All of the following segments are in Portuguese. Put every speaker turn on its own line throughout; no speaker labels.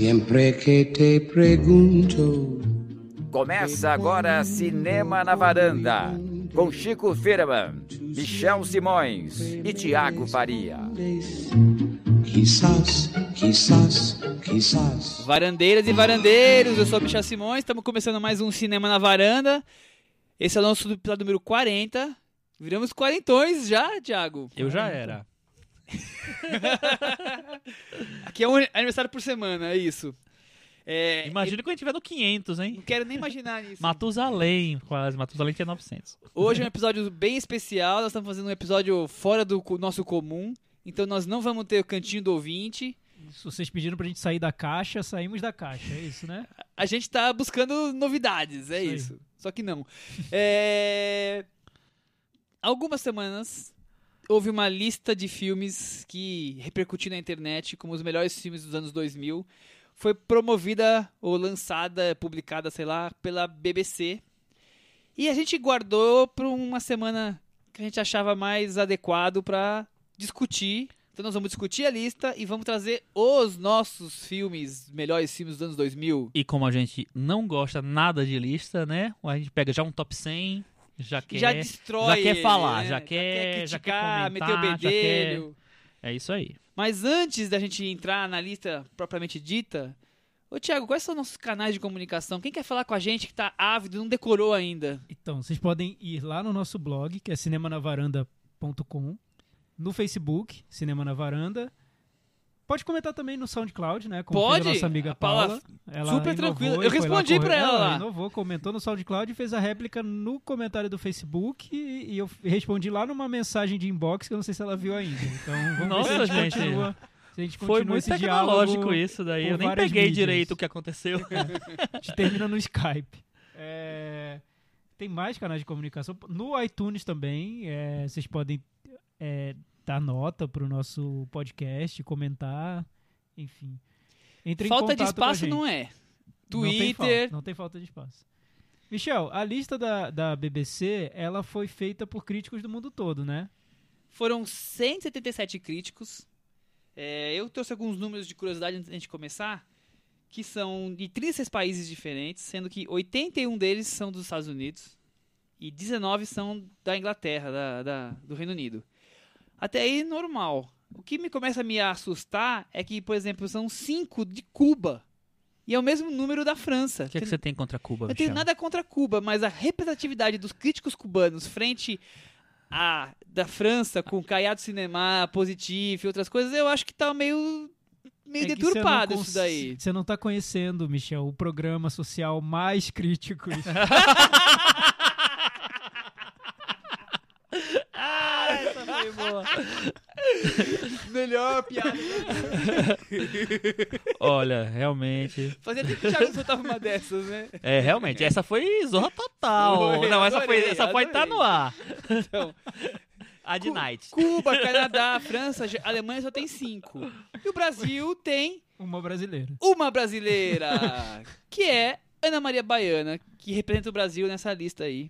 Siempre que te pregunto.
Começa agora Cinema na Varanda, com Chico Firman, Michel Simões e Tiago Faria.
Quizás, quizás, quizás.
Varandeiras e varandeiros, eu sou o Michel Simões, estamos começando mais um Cinema na Varanda. Esse é o nosso episódio número 40. Viramos quarentões já, Thiago.
Eu já era.
Aqui é um aniversário por semana, é isso. É,
Imagina quando a gente tiver no 500,
eu
hein?
Não quero nem imaginar isso.
Matusalém, quase. Matusalém tinha 900.
Hoje é um episódio bem especial, nós estamos fazendo um episódio fora do co- nosso comum. Então nós não vamos ter o cantinho do ouvinte.
Isso, vocês pediram pra gente sair da caixa, saímos da caixa, é isso, né?
A gente tá buscando novidades, é
Isso aí.
isso. Só que não. É... Algumas semanas houve uma lista de filmes que repercutiu na internet como os melhores filmes dos anos 2000. Foi promovida ou lançada, publicada, sei lá, pela BBC. E a gente guardou para uma semana que a gente achava mais adequado para discutir. Então nós vamos discutir a lista e vamos trazer os nossos filmes, melhores filmes dos anos 2000.
E como a gente não gosta nada de lista, né? A gente pega já um top 100, já quer...
já destrói.
já quer
ele,
falar,
né?
já quer- já quer
criticar, meter o
comentar, já quer-
bedelho.
É isso aí.
Mas antes da gente entrar na lista propriamente dita, ô Thiago, quais são nossos canais de comunicação? Quem quer falar com a gente que tá ávido, não decorou ainda?
Então, vocês podem ir lá no nosso blog, que é cinemanavaranda.com, no Facebook, Cinema na Varanda. Pode comentar também no SoundCloud, né? Como
Pode?
fez a nossa amiga
A Paula,
Paula. Ela
super
inovou
tranquila.
e
Eu
foi lá
respondi
correr-
pra ela lá.
inovou, comentou no SoundCloud e fez a réplica no comentário do Facebook. E, e eu respondi lá numa mensagem de inbox que eu não sei se ela viu ainda. Então, vamos
Nossa,
ver se a gente
gente.
continua. Se a gente
Foi
continua
muito
esse
tecnológico
diálogo
isso daí.
por
Eu nem
várias
peguei
mídias.
direito o que aconteceu.
a gente termina no Skype. É, tem mais canais de comunicação. No iTunes também, é, vocês podem é, dar nota pro nosso podcast, comentar, enfim. Entre em
Falta
contato
de
com a
espaço
gente.
não é.
Não tem falta,
Twitter.
não tem falta de espaço. Michel, a lista da, da BBC, ela foi feita por críticos do mundo todo, né?
Foram 177 críticos. É, eu trouxe alguns números de curiosidade antes da gente começar, que são de 36 países diferentes, sendo que 81 deles são dos Estados Unidos e 19 são da Inglaterra, da- da- do Reino Unido. Até aí, normal. O que me começa a me assustar é que, por exemplo, são 5 de Cuba e é o mesmo número da França.
O que, é que você tem contra Cuba,
Eu tenho
Michel?
nada contra Cuba, mas a representatividade dos críticos cubanos frente à da França com Caiado Cinema, Positivo e outras coisas, eu acho que tá meio meio
É que você não
deturpado
cons-
isso daí.
Você não tá conhecendo, Michel, o programa social mais crítico.
Melhor piada.
Olha, realmente...
Fazia tempo que o Thiago soltava uma dessas, né?
É, realmente. Essa foi zorra total.
Foi,
não, essa
adorei,
foi, essa foi tá
adorei.
no ar.
Então,
A de Night.
Cuba, Canadá, França, Ja- Alemanha só tem cinco. E o Brasil tem
Uma brasileira.
uma brasileira, que é Ana Maria Baiana, que representa o Brasil nessa lista aí.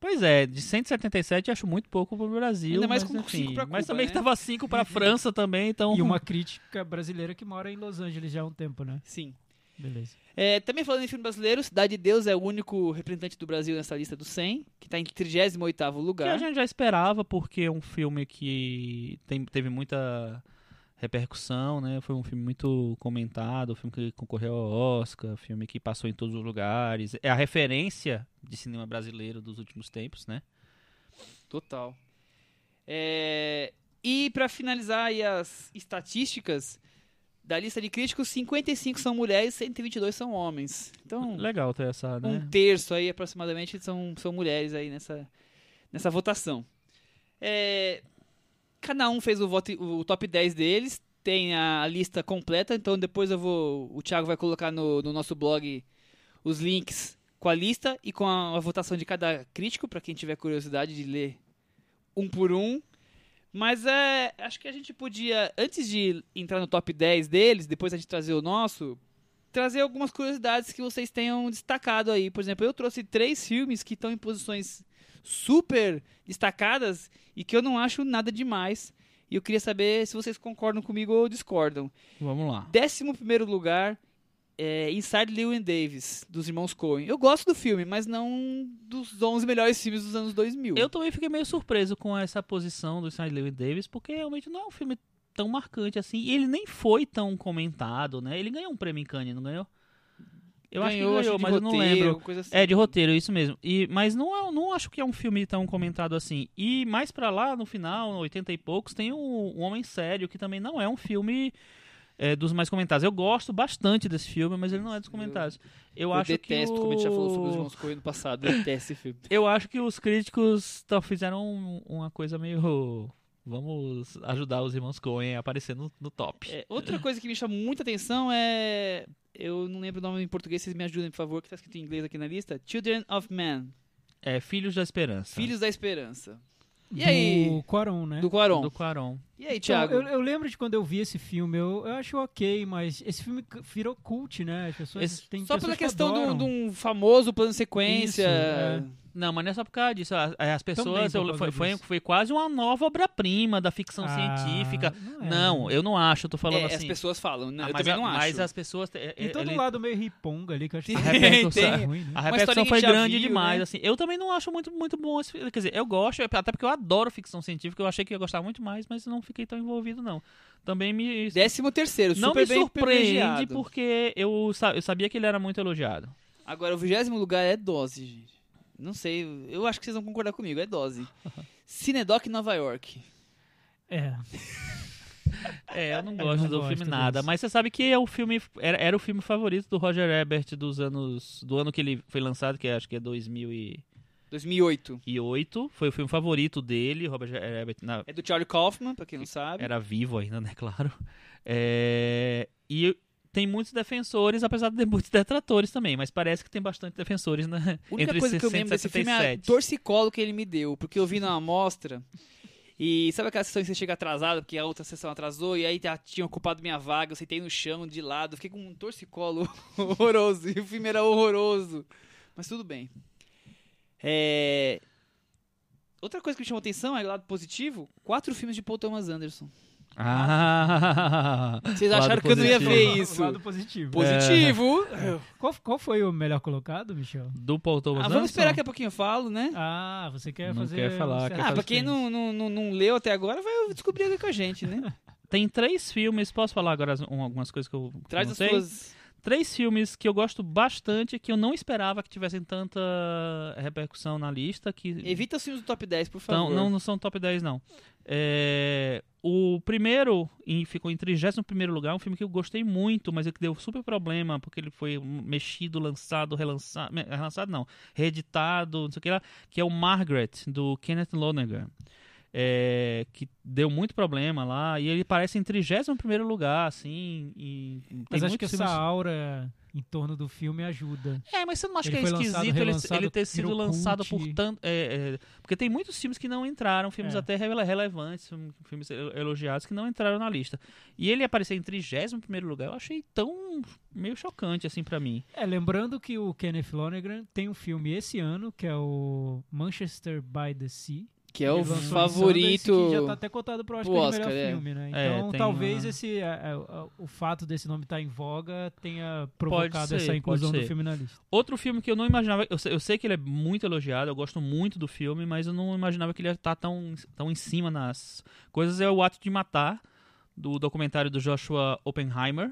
Pois é, de 177 eu acho muito pouco pro Brasil.
Ainda mais
mas,
com
enfim,
cinco pra
Mas
Cuba,
também
né?
que tava 5 pra França também, então.
E uma crítica brasileira que mora em Los Angeles já há um tempo, né?
Sim.
Beleza.
É, também falando em filme brasileiro, Cidade de Deus é o único representante do Brasil nessa lista do 100, que tá em 38º
que a
lugar.
gente já esperava, porque é um filme que tem- teve muita repercussão, né? Foi um filme muito comentado, um filme que concorreu ao Oscar, filme que passou em todos os lugares. É a referência de cinema brasileiro dos últimos tempos, né?
Total. É, e pra finalizar aí as estatísticas, da lista de críticos, 55 são mulheres, 122 são homens. Então,
Legal ter essa, né?
um terço aí aproximadamente são, são mulheres aí nessa, nessa votação. É, cada um fez o, voto, o top 10 deles, tem a lista completa, então depois eu vou. O Thiago vai colocar no, no nosso blog os links com a lista e com a, a votação de cada crítico, para quem tiver curiosidade de ler um por um. Mas é, acho que a gente podia, antes de entrar no top 10 deles, depois a gente trazer o nosso, trazer algumas curiosidades que vocês tenham destacado aí. Por exemplo, eu trouxe três filmes que estão em posições super destacadas e que eu não acho nada demais. E eu queria saber se vocês concordam comigo ou discordam.
Vamos lá.
Décimo primeiro lugar, é, Inside Llewyn Davis, dos irmãos Coen. Eu gosto do filme, mas não dos 11 melhores filmes dos anos 2000.
Eu também fiquei meio surpreso com essa posição do Stanley Lewis Davis, porque realmente não é um filme tão marcante assim. E ele nem foi tão comentado, né? Ele ganhou um prêmio em Cannes, não ganhou? Eu acho que ganhou,
de
mas eu não
roteiro,
lembro.
coisa assim.
É, de roteiro, isso mesmo. E, mas não, é- não acho que é um filme tão comentado assim. E mais pra lá, no final, no 80 e poucos, tem o um Homem Sério, que também não é um filme é, dos mais comentados. Eu gosto bastante desse filme, mas ele não é dos comentados. Eu,
Eu,
acho
detesto,
que o...
como a gente já falou sobre os irmãos Coen no passado, eu detesto esse filme.
Eu acho que os críticos tá- fizeram um- uma coisa meio... Vamos ajudar os irmãos Coen a aparecer no, no top.
É, outra coisa que me chama muita atenção é. Eu não lembro o nome em português, vocês me ajudem, por favor, que tá escrito em inglês aqui na lista. Children of Man,
É, Filhos da Esperança.
Filhos da Esperança. E aí?
Do Quaron, né?
Do Quaron.
do Quaron.
E aí,
Então,
Thiago?
eu, eu lembro de quando eu vi esse filme, eu, eu acho ok, mas esse filme c- virou cult, né? As pessoas
Esse-
têm
Só
pessoas
pela
que
questão de um-
adoram.
de um famoso plano sequência.
Isso, é.
Não, mas não é só por causa disso. As, as pessoas.
por
eu-
causa
foi, foi,
disso.
foi quase uma nova obra-prima da ficção
Ah,
científica.
não é.
Não, eu não acho, eu tô falando
É,
assim.
As pessoas falam, né?
Ah,
eu
mas,
também
a-
não acho.
mas as pessoas. é, é,
Tem todo
ele-
um lado meio riponga ali, que eu acho que
A
tá
repercussão,
ruim, né?
a
Uma
repercussão
historinha que a
foi
gente já
grande
viu,
demais,
né?
assim. Eu também não acho muito, muito bom esse filme. Quer dizer, eu gosto, até porque eu adoro ficção científica, eu achei que ia gostar muito mais, mas eu não fiquei tão envolvido, não. Também me.
Décimo terceiro,
não
super
me
bem
surpreende,
privilegiado.
porque eu, sa- eu sabia que ele era muito elogiado.
Agora, o vigésimo lugar é dose, gente. Não sei, eu acho que vocês vão concordar comigo, é dose. Cinedoc Nova York.
É.
É, eu não gosto
não
do
gosto
filme
desse.
nada, mas você sabe que é o filme era, era o filme favorito do Roger Ebert dos anos do ano que ele foi lançado, que é, acho que é 2008,
2008.
foi o filme favorito dele, Roger Ebert na-
É do Charlie Kaufman, pra
É
quem não sabe.
era vivo ainda, né, claro. É, e tem muitos defensores, apesar de ter muitos detratores também, mas parece que tem bastante defensores, né?
A única
entre
coisa que eu
60 e
lembro desse filme é a
77.
torcicolo que ele me deu, porque eu vi na amostra. E sabe aquela sessão que você chega atrasado, porque a outra sessão atrasou, e aí já tinha ocupado minha vaga, eu sentei no chão de lado, fiquei com um torcicolo horroroso, e o filme era horroroso. Mas tudo bem. É... Outra coisa que me chamou atenção é o lado positivo, quatro filmes de Paul Thomas Anderson.
Ah!
Vocês
Lado
acharam que eu não ia
positivo.
ver isso?
um Lado positivo. É.
Positivo!
Qual, qual foi o melhor colocado, Michel?
Do Paul Thomas
Ah,
Anderson?
vamos esperar que a pouquinho eu falo, né?
Ah, você quer
Não
fazer...
quer falar, quer
um certo
fazer
Ah, pra quem não,
suspense.
não, não, não leu até agora, vai descobrir aqui com a gente, né?
Tem três filmes, posso falar agora as- um- algumas coisas que eu
Traz
não
as
sei?
suas.
Três filmes que eu gosto bastante, que eu não esperava que tivessem tanta repercussão na lista, que
Evita os filmes do top 10, por
tão-
favor.
Então, não, não são top 10 não. É, o primeiro em- ficou em 31º lugar, um filme que eu gostei muito, mas é que deu super problema, porque ele foi mexido, lançado, relançado, me- relançado não, reeditado, não sei o que lá, que é o Margaret, do Kenneth Lonergan. É, que deu muito problema lá, e ele parece em 31º lugar, assim, e tem
Mas acho que assim,
muitos
essa
filmes-
aura em torno do filme ajuda.
É, mas você não acha
Ele
que é
foi lançado,
esquisito ele,
relançado,
ele ter sido
virou
lançado
cult.
por tanto. é, é, porque tem muitos filmes que não entraram, filmes
É.
até rele- relevantes, filme- filmes el- elogiados que não entraram na lista. E ele aparecer em 31 lugar, eu achei tão meio chocante, assim, pra mim.
É, lembrando que o Kenneth Lonergan tem um filme esse ano, que é o Manchester by the Sea.
Que é o
Ele lançou em Sundance,
favorito.
Que já tá até cotado pro Oscar,
pro
de
Oscar,
melhor
é.
filme, né?
É,
Então
tem
talvez
uma-
esse, a- a- a- o fato desse nome estar em voga tenha provocado
ser,
essa inclusão
pode
do
ser.
filme na lista.
Outro filme que eu não imaginava. Eu sei, eu sei que ele é muito elogiado, eu gosto muito do filme, mas eu não imaginava que ele ia estar tão, tão em cima nas coisas. É O Ato de Matar, do documentário do Joshua Oppenheimer,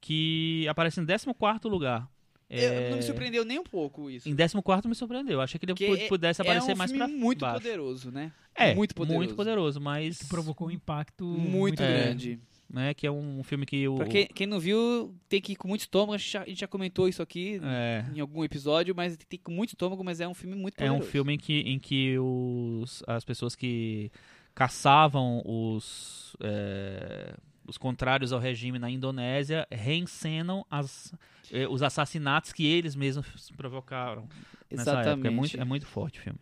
que aparece em 14 lugar.
Eu- Não
É,
me surpreendeu nem um pouco isso.
Em 14 me surpreendeu. Eu achei que ele
Porque
pu-
é-
pudesse aparecer
é um
mais
filme
pra
muito
baixo.
poderoso, né?
É,
muito poderoso.
Muito poderoso, mas.
Que provocou um impacto
Muito
É.
grande.
Né, que é um filme que o.
Pra quem, quem não viu, tem que ir com muito estômago. A gente já, a gente já comentou isso aqui
É.
em algum episódio, mas tem que ir com muito estômago, mas é um filme muito
É
poderoso.
um filme em que, em que os, as pessoas que caçavam os, é, os contrários ao regime na Indonésia reencenam as, é, os assassinatos que eles mesmos provocaram nessa época. É muito, é muito forte o filme.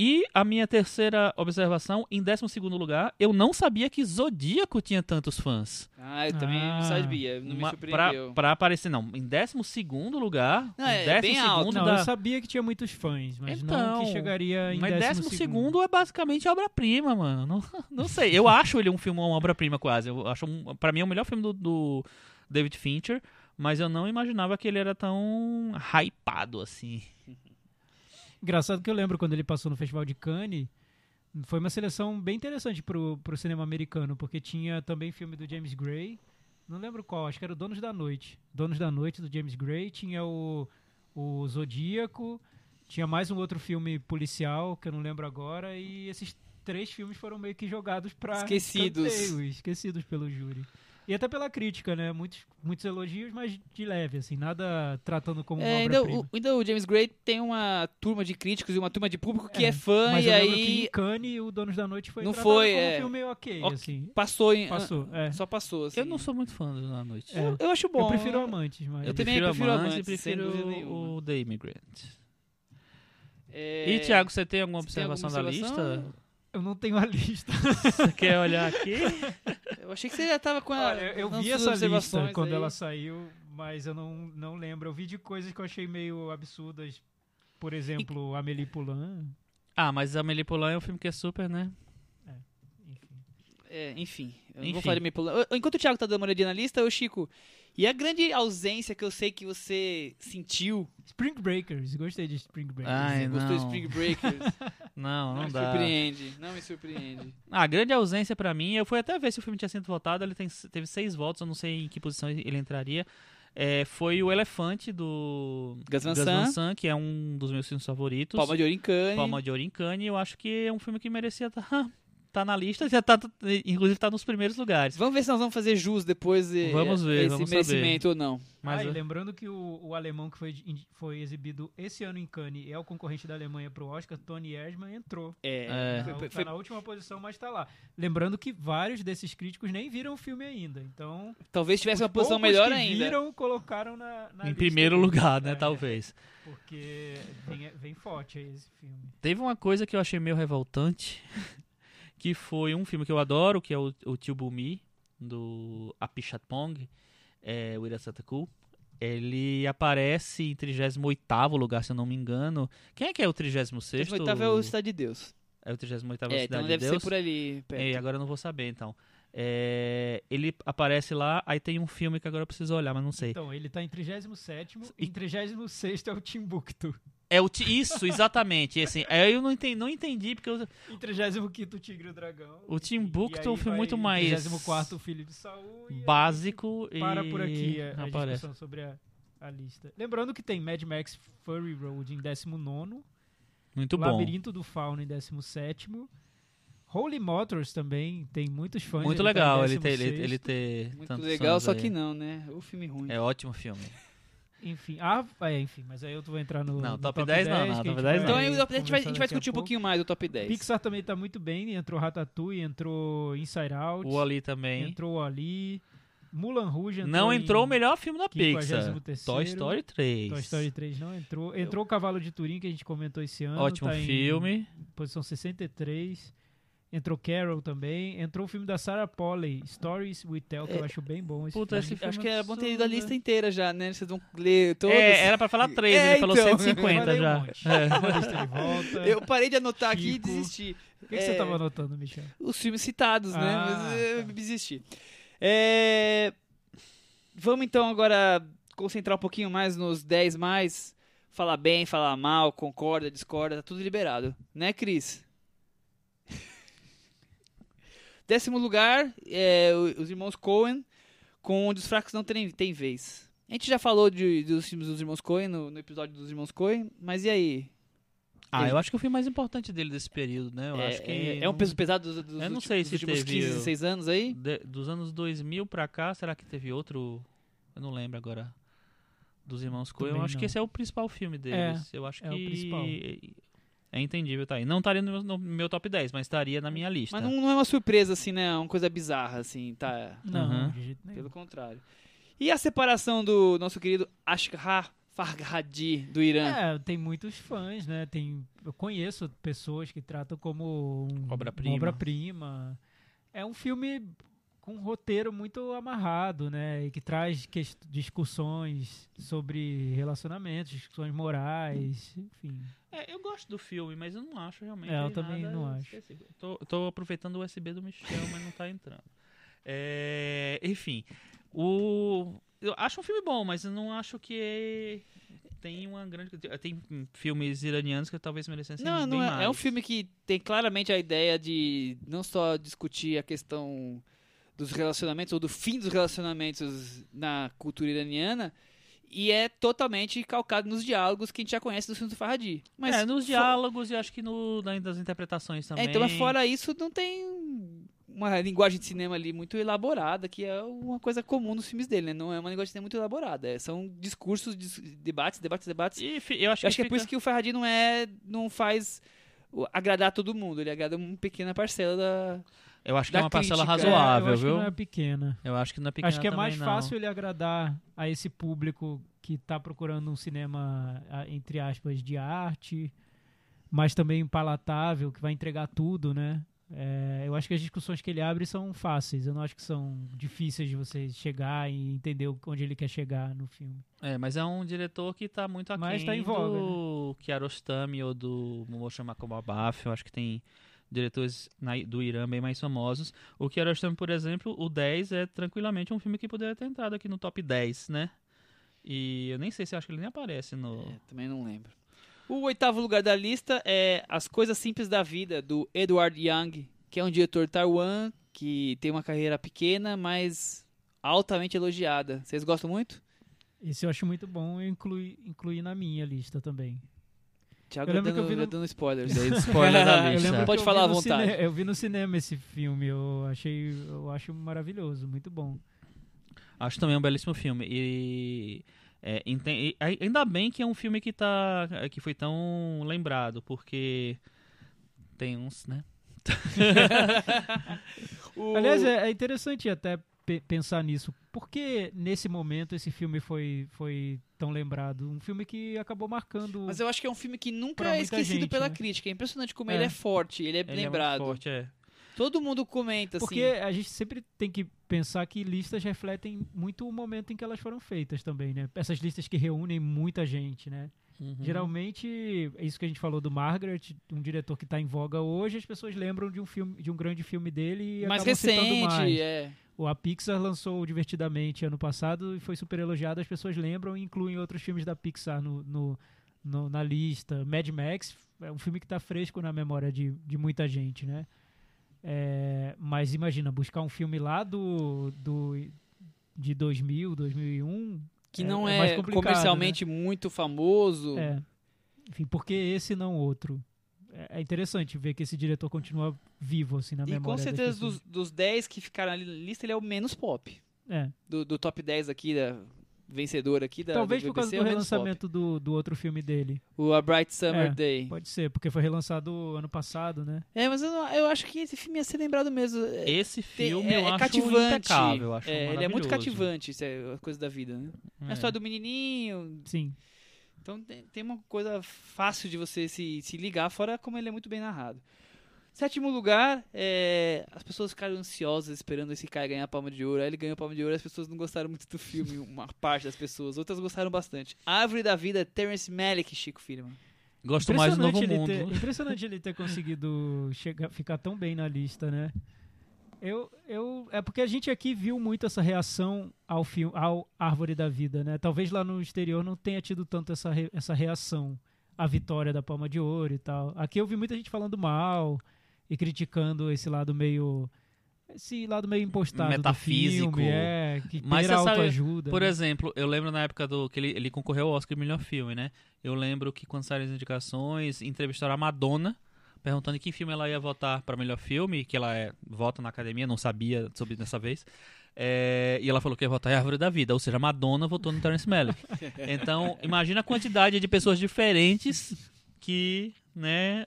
E a minha terceira observação, em 12 lugar, eu não sabia que Zodíaco tinha tantos fãs.
Ah, eu também
Ah,
não sabia, não me
Ma-
surpreendeu.
Pra, pra aparecer, não. Em 12 lugar,
Não, é
em 12
bem alto.
Não,
da-
eu sabia que tinha muitos fãs, mas não
Então,
que chegaria em
mas
décimo,
décimo segundo é basicamente obra-prima, mano. Não, não sei. Eu acho ele um filme, uma obra-prima quase. Eu acho um, pra mim é o melhor filme do, do David Fincher. Mas eu não imaginava que ele era tão hypado assim.
Engraçado que eu lembro quando ele passou no Festival de Cannes, foi uma seleção bem interessante pro, pro cinema americano, porque tinha também filme do James Gray, não lembro qual, acho que era o Donos da Noite. Donos da Noite do James Gray, tinha o, o Zodíaco, tinha mais um outro filme policial que eu não lembro agora, e esses três filmes foram meio que jogados pra.
Esquecidos.
escanteio, Esquecidos pelo júri. E até pela crítica, né? Muitos, muitos elogios, mas de leve, assim, nada tratando como uma
É, ainda,
obra-prima.
o, ainda o James Gray tem uma turma de críticos e uma turma de público que
É,
é, fã
Mas
e
eu lembro que
aí
em Cannes o Donos da Noite foi
Não
tratado
foi,
como
é.
um filme ok,
Ok.
assim.
passou em.
Passou, é.
ah, Só passou. assim.
Eu não sou muito fã do Na Noite.
É.
Eu, eu acho bom.
eu prefiro Amantes, mas...
Eu também prefiro
Amantes e
Amantes, sem
prefiro
dúvida nenhuma.
o The Immigrant.
É,
E, Thiago, você tem alguma
Você tem
observação
alguma
da
observação?
lista?
Eu não tenho a lista.
Você quer olhar aqui?
Eu achei que você já tava com a.
Olha, eu
nas
vi
suas
essa lista
Ah, observações
quando
aí.
ela saiu, mas eu não, não lembro. Eu vi de coisas que eu achei meio absurdas. Por exemplo, Amélie Poulain.
Ah, mas Amélie Poulain é um filme que é super, né?
Enfim.
É, enfim, eu não
Enfim.
vou falar de meio pulo- Eu- Enquanto o Thiago tá dando uma olhadinha na lista, eu, Chico. E a grande ausência que eu sei que você sentiu,
Spring Breakers. Gostei de Spring Breakers.
você
Ai,
gostou de
não.
Spring Breakers, não
Não, não
me
dá.
Ah, surpreende, não me surpreende.
A grande ausência pra mim, eu fui até ver se o filme tinha sido votado, ele tem- teve seis votos, eu não sei em que posição ele entraria. É, foi o Elefante do
Gus Van
Gus
Sant.
Van Sant, que é um dos meus filmes favoritos.
Palma de ouro em Cannes.
Palma de Ouro em Cannes, eu acho que é um filme que merecia estar tá na lista, já tá, inclusive tá nos primeiros lugares.
Vamos ver se nós vamos fazer jus depois de
Vamos ver,
esse
vamos
merecimento ou não.
Mas
Ah, e
eu-
lembrando que o, o alemão que foi, de- foi exibido esse ano em Cannes e é o concorrente da Alemanha pro Oscar, Tony Erdmann, entrou.
É.
Tá,
Foi-
tá
foi-
na última posição, mas tá lá. Lembrando que vários desses críticos nem viram o filme ainda. Então,
talvez tivesse uma
os
posição
poucos
melhor
que
ainda.
viram, colocaram na, na
em
lista
primeiro
deles.
lugar, né,
É,
talvez.
Porque vem, é, vem forte aí esse filme.
Teve uma coisa que eu achei meio revoltante, que foi um filme que eu adoro, que é o, o Tio Bumi, do Apichatpong, é, o Irasataku. Ele aparece em 38º lugar, se eu não me engano. Quem é que é o 36º?
38º é o Cidade de Deus.
É o 38º
É,
Cidade
então
de
deve ser
Deus.
por ali, perto.
É, agora eu não vou saber, então. É, ele aparece lá, aí tem um filme que agora eu preciso olhar, mas não sei.
Então, ele tá em 37
E-
e em 36 é o Timbuktu.
É o ti- isso, exatamente. e assim, aí eu não entendi, não entendi porque eu-
Em 35 o Tigre e o Dragão.
o Timbuktu
E aí
é um filme
vai
muito
em
mais
34 o Felipe Saúl. e
básico e
Para por aqui é, a, a
aparece.
discussão sobre a, a lista. Lembrando que tem Mad Max Fury Road em 19,
Muito bom.
Labirinto do Fauno em 17, Holy Motors também, tem muitos fãs.
Muito
ele tá em
legal ele ter, ele,
16º.
ele ter
Muito
tantos
legal,
anos
só
aí.
que não, né? O filme ruim.
É ótimo filme.
Enfim, ah, é, enfim, mas aí eu vou entrar no.
Não,
no
top 10 não, não,
que a
top
gente
10
Então
vai
aí, o top 10 a gente vai, a gente
conversar
vai
daqui a
discutir um
pouco.
pouquinho mais do top 10.
Pixar também tá muito bem, entrou Ratatouille, entrou Inside Out,
O Ali também.
entrou Ali, Mulan Rouge entrou
não entrou
em-
o melhor filme da Pixar.
53º.
Toy Story 3.
Toy Story 3 não entrou. Entrou o Cavalo de Turim, que a gente comentou esse ano.
Ótimo
tá em
filme.
Posição 63. Entrou Carol também. Entrou o filme da Sarah Polley, Stories We Tell, que eu acho bem bom esse
É, Puta,
filme.
esse filme
Acho que era bom ter ido a
absurdo,
lista inteira já, né? Vocês vão ler todos.
É, era pra falar 3,
É,
ele falou
então.
150
Falei um
tá já. É.
monte. Uma lista de volta.
Eu parei de anotar aqui e
Chico.
desisti.
O que, que você
é-
tava anotando, Michel?
Os filmes citados, né?
Ah,
Mas eu
tá.
desisti. É, Vamos então agora concentrar um pouquinho mais nos 10 mais. Falar bem, falar mal, concorda, discorda, tá tudo liberado. Né, Cris? Décimo lugar, é, o- os irmãos Coen, com onde os fracos não têm, têm vez. A gente já falou de- dos filmes dos irmãos Coen no, no episódio dos irmãos Coen, mas e aí?
Ah, eu acho que o filme mais importante dele desse período, né? Eu
é,
acho que
é- é
não-
um peso pesado dos, dos
Eu não
últimos-
sei
dos
se
últimos
teve
15,
o-
16 anos aí?
de- dos anos 2000 pra cá, será que teve outro? Eu não lembro agora. Dos irmãos Coen. Eu
Também
acho
não.
que esse é o principal filme deles. eu acho
é
que
o principal.
É entendível, tá aí. Não estaria no meu, no meu top 10, mas estaria na minha lista.
Mas não, não é uma surpresa, assim, né? É uma coisa bizarra, assim, tá?
Não,
Aham.
de jeito nenhum.
Pelo contrário. E a separação do nosso querido Ashghar Farhadi, do Irã?
É, tem muitos fãs, né? Tem, eu conheço pessoas que tratam como um-
Obra-prima.
uma obra-prima. É um filme com um roteiro muito amarrado, né? E que traz ques- discussões sobre relacionamentos, discussões morais, enfim.
É, eu gosto do filme, mas eu não acho realmente.
É, eu também não acho.
específico. Tô, tô aproveitando o USB do Michel, mas não tá entrando. É, enfim, o Eu acho um filme bom, mas eu não acho que tem uma grande. Tem filmes iranianos que talvez merecessem
Não,
bem
não é,
mais.
é um filme que tem claramente a ideia de não só discutir a questão dos relacionamentos ou do fim dos relacionamentos na cultura iraniana, e é totalmente calcado nos diálogos que a gente já conhece do filme do Farhadi. Mas
é, nos
fo-
diálogos e acho que no, na- nas interpretações também.
É, então, mas fora isso, não tem uma linguagem de cinema ali muito elaborada, que é uma coisa comum nos filmes dele, né? Não é uma linguagem de cinema muito elaborada. é- São discursos, dis- debates, debates, debates.
E fi- eu acho,
Eu acho que é
fica-
por isso que o Farhadi não é. não faz o- agradar todo mundo, ele agrada uma pequena parcela da.
Eu acho que é
da
uma parcela
crítica.
É, eu
razoável,
acho que
viu?
não é pequena.
Eu acho que não é pequena
Acho que é mais
também, não.
fácil ele agradar a esse público que tá procurando um cinema, a- entre aspas, de arte, mas também palatável, que vai entregar tudo, né? É, eu acho que as discussões que ele abre são fáceis. Eu não acho que são difíceis de você chegar e entender o- onde ele quer chegar no filme.
É, mas é um diretor que tá muito aquém
Mas tá em voga, né?
do Kiarostami ou do Moshe Makomabaf. Eu acho que tem diretores na- do Irã bem mais famosos. O Kiarostami, por exemplo, o 10 é tranquilamente um filme que poderia ter entrado aqui no top 10, né? E eu nem sei se eu acho que ele nem aparece no...
É, também não lembro. O oitavo lugar da lista é As Coisas Simples da Vida, do Edward Yang, que é um diretor de Taiwan, que tem uma carreira pequena, mas altamente elogiada. Vocês gostam muito?
Esse eu acho muito bom eu incluí, incluí na minha lista também.
Thiago
Eu
já
lembro que eu
dando,
vi
já
no-
dando spoilers.
Dei spoiler da
Eu
Ah, Eu
lista.
lembro que
Pode
eu
falar
vi
à
no
vontade.
cine- eu vi no cinema esse filme, eu achei, eu acho maravilhoso, muito bom.
Acho também um belíssimo filme. E, é, enten- e ai- ainda bem que é um filme que, tá, que foi tão lembrado, porque tem uns, né?
O-
Aliás, é, é interessante até pe- pensar nisso. Por que nesse momento esse filme foi, foi tão lembrado? Um filme que acabou marcando.
Mas eu acho que é um filme que nunca
Pra
é
muita
esquecido
gente,
pela
né?
crítica. É impressionante como
É.
ele é forte, ele é
Ele é muito
lembrado.
forte, é.
Todo mundo comenta,
Porque
assim.
a gente sempre tem que pensar que listas refletem muito o momento em que elas foram feitas também, né? Essas listas que reúnem muita gente, né?
Uhum.
Geralmente, é isso que a gente falou do Margaret, um diretor que está em voga hoje, as pessoas lembram de um filme, de um grande filme dele e
mais
acabam citando
recente,
mais.
é.
O- A Pixar lançou o Divertidamente ano passado e foi super elogiado. As pessoas lembram e incluem outros filmes da Pixar no, no- no- na lista. Mad Max é um filme que está fresco na memória de, de muita gente, né? É, mas imagina, buscar um filme lá do, do de 2000, 2001...
Que
É-
não
é
é,
mais complicado, né?
comercialmente muito famoso.
É, enfim, por que esse não outro? É é interessante ver que esse diretor continua vivo, assim, na
E
memória
com
das
certeza
pessoas.
dos, dos 10 que ficaram ali na lista, ele é o menos pop.
É.
Do, do top 10 aqui, da vencedora aqui da
Talvez
do
por causa
BBC, é
do
o menos pop.
relançamento do, do outro filme dele.
O A Bright Summer
É.
Day.
Pode ser, porque foi relançado ano passado, né?
É, mas eu, não- eu acho que esse filme ia ser lembrado mesmo. É,
Esse
tem-
filme
é,
eu
é
acho
cativante.
impecável, eu acho
é, ele é muito
maravilhoso.
cativante, isso é a coisa da vida, né? É a história do menininho.
Sim.
Então tem, tem uma coisa fácil de você se, se ligar, fora como ele é muito bem narrado. Sétimo lugar, é, as pessoas ficaram ansiosas esperando esse cara ganhar a palma de ouro. Aí ele ganhou a palma de ouro as pessoas não gostaram muito do filme, uma parte das pessoas. Outras gostaram bastante. Árvore da Vida, Terence Malick, Chico Firman.
Gosto mais do Novo
Impressionante ele
Mundo.
ter- impressionante ele ter conseguido chegar, ficar tão bem na lista, né? Eu, eu, é porque a gente aqui viu muito essa reação ao filme, ao Árvore da Vida, né? Talvez lá no exterior não tenha tido tanto essa, re- essa reação à vitória da Palma de Ouro e tal. Aqui eu vi muita gente falando mal e criticando esse lado meio esse lado meio impostado do
Metafísico.
filme, é, que
Mas
beira a
você sabe,
autoajuda.
Por
Uhum.
né?
exemplo, eu lembro na época do que ele, ele concorreu ao Oscar de melhor filme, né? Eu lembro que quando saíram as indicações, entrevistaram a Madonna, perguntando em que filme ela ia votar para melhor filme, que ela é, vota na academia, não sabia sobre dessa vez. É, e ela falou que ia votar em Árvore da Vida, ou seja, a Madonna votou no Terence Malick. Então, imagina a quantidade de pessoas diferentes que, né,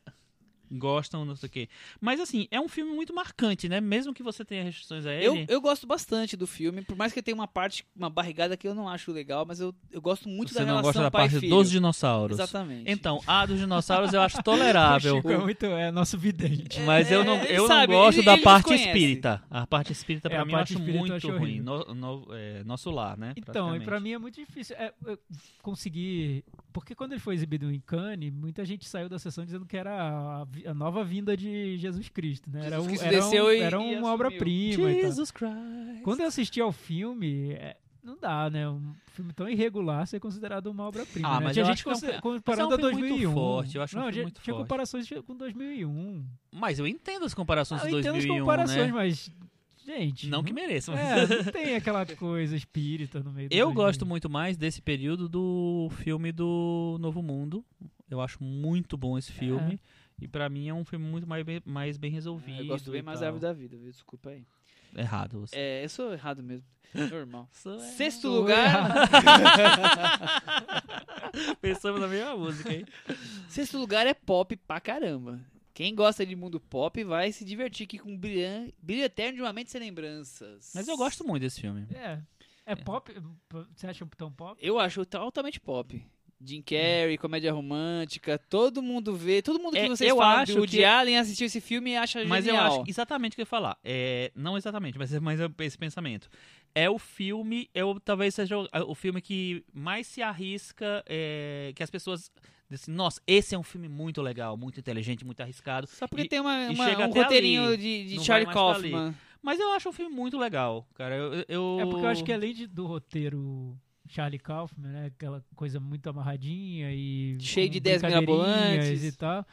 gostam, não sei o quê. Mas assim, é um filme muito marcante, né? Mesmo que você tenha restrições a É ele.
Eu, eu gosto bastante do filme, por mais que tenha uma parte, uma barrigada que eu não acho legal, mas eu, eu gosto muito
você
da
não
relação
gosta da
pai e
parte
filho.
dos dinossauros.
Exatamente.
Então, a dos dinossauros eu acho
O
tolerável.
Chico é muito, é nosso vidente.
Mas eu não,
É,
eu não
sabe,
gosto
ele-
da
ele
parte
desconhece.
espírita. A parte espírita,
É,
pra
a
mim, eu
parte
acho
espírita eu
muito
acho
ruim.
horrível.
No, no- é, nosso lar, né?
Então, e pra
praticamente.
mim é muito difícil é, eu conseguir. Porque quando ele foi exibido em Cannes, muita gente saiu da sessão dizendo que era a, vi- a nova vinda de Jesus Cristo, né? Era,
Jesus
um-
Cristo
era um-
desceu e-
era
e
uma
assumiu.
obra-prima. e tal.
Jesus Christ.
Quando eu assisti ao filme, é, Não dá, né? Um filme tão irregular ser considerado uma obra-prima.
Ah,
né?
mas
Tinha
eu
gente
acho que é um
consi-
fi-
comparando
mas é um
a
filme muito
2001.
forte, eu acho um
não,
filme
tinha-
muito
tinha
forte.
comparações com 2001.
Mas eu entendo as comparações
Ah,
de
eu entendo as
2001,
comparações,
né?
mas. Gente.
Não que mereçam.
É, não tem aquela coisa espírita no meio do
Eu
2001.
gosto muito mais desse período do filme do Novo Mundo. Eu acho muito bom esse filme. E pra mim é um filme muito mais bem, mais
É,
Ah, bem resolvido.
eu gosto
e
bem mais da
tal.
árvore da vida, viu? Desculpa aí.
Errado. Você.
É, eu sou errado mesmo. Normal.
Sou
Sexto
Sou
lugar.
Pensamos na mesma música, hein?
Sexto lugar é pop pra caramba. Quem gosta de mundo pop vai se divertir aqui com um Brilhan, Brilho Eterno de uma Mente Sem Lembranças.
Mas eu gosto muito desse filme.
É. É pop? Você acha tão pop?
Eu acho altamente pop.
Hum.
Jim Carrey, comédia romântica, todo mundo vê, todo mundo que
É,
vocês
eu
falam
acho
do Woody
que-
Allen assistiu esse filme e
É
acha
Mas eu
genial.
acho exatamente o que eu ia falar. É, não exatamente, mas, mas é esse pensamento. É o filme, eu, talvez seja o, o filme que mais se arrisca, é, que as pessoas dizem, nossa, esse é um filme muito legal, muito inteligente, muito arriscado.
Só porque
E-
tem uma, uma-
chega
um
até
roteirinho
ali,
de, de
não
Charlie
vai mais pra ali.
Kaufman.
Mas eu acho um filme muito legal, cara. Eu, eu-
É porque eu acho que além de- do roteiro Charlie Kaufman, né? Aquela coisa muito amarradinha e.
Cheio
com
de ideias
brincadeirinhas
mirabolantes.
e tal.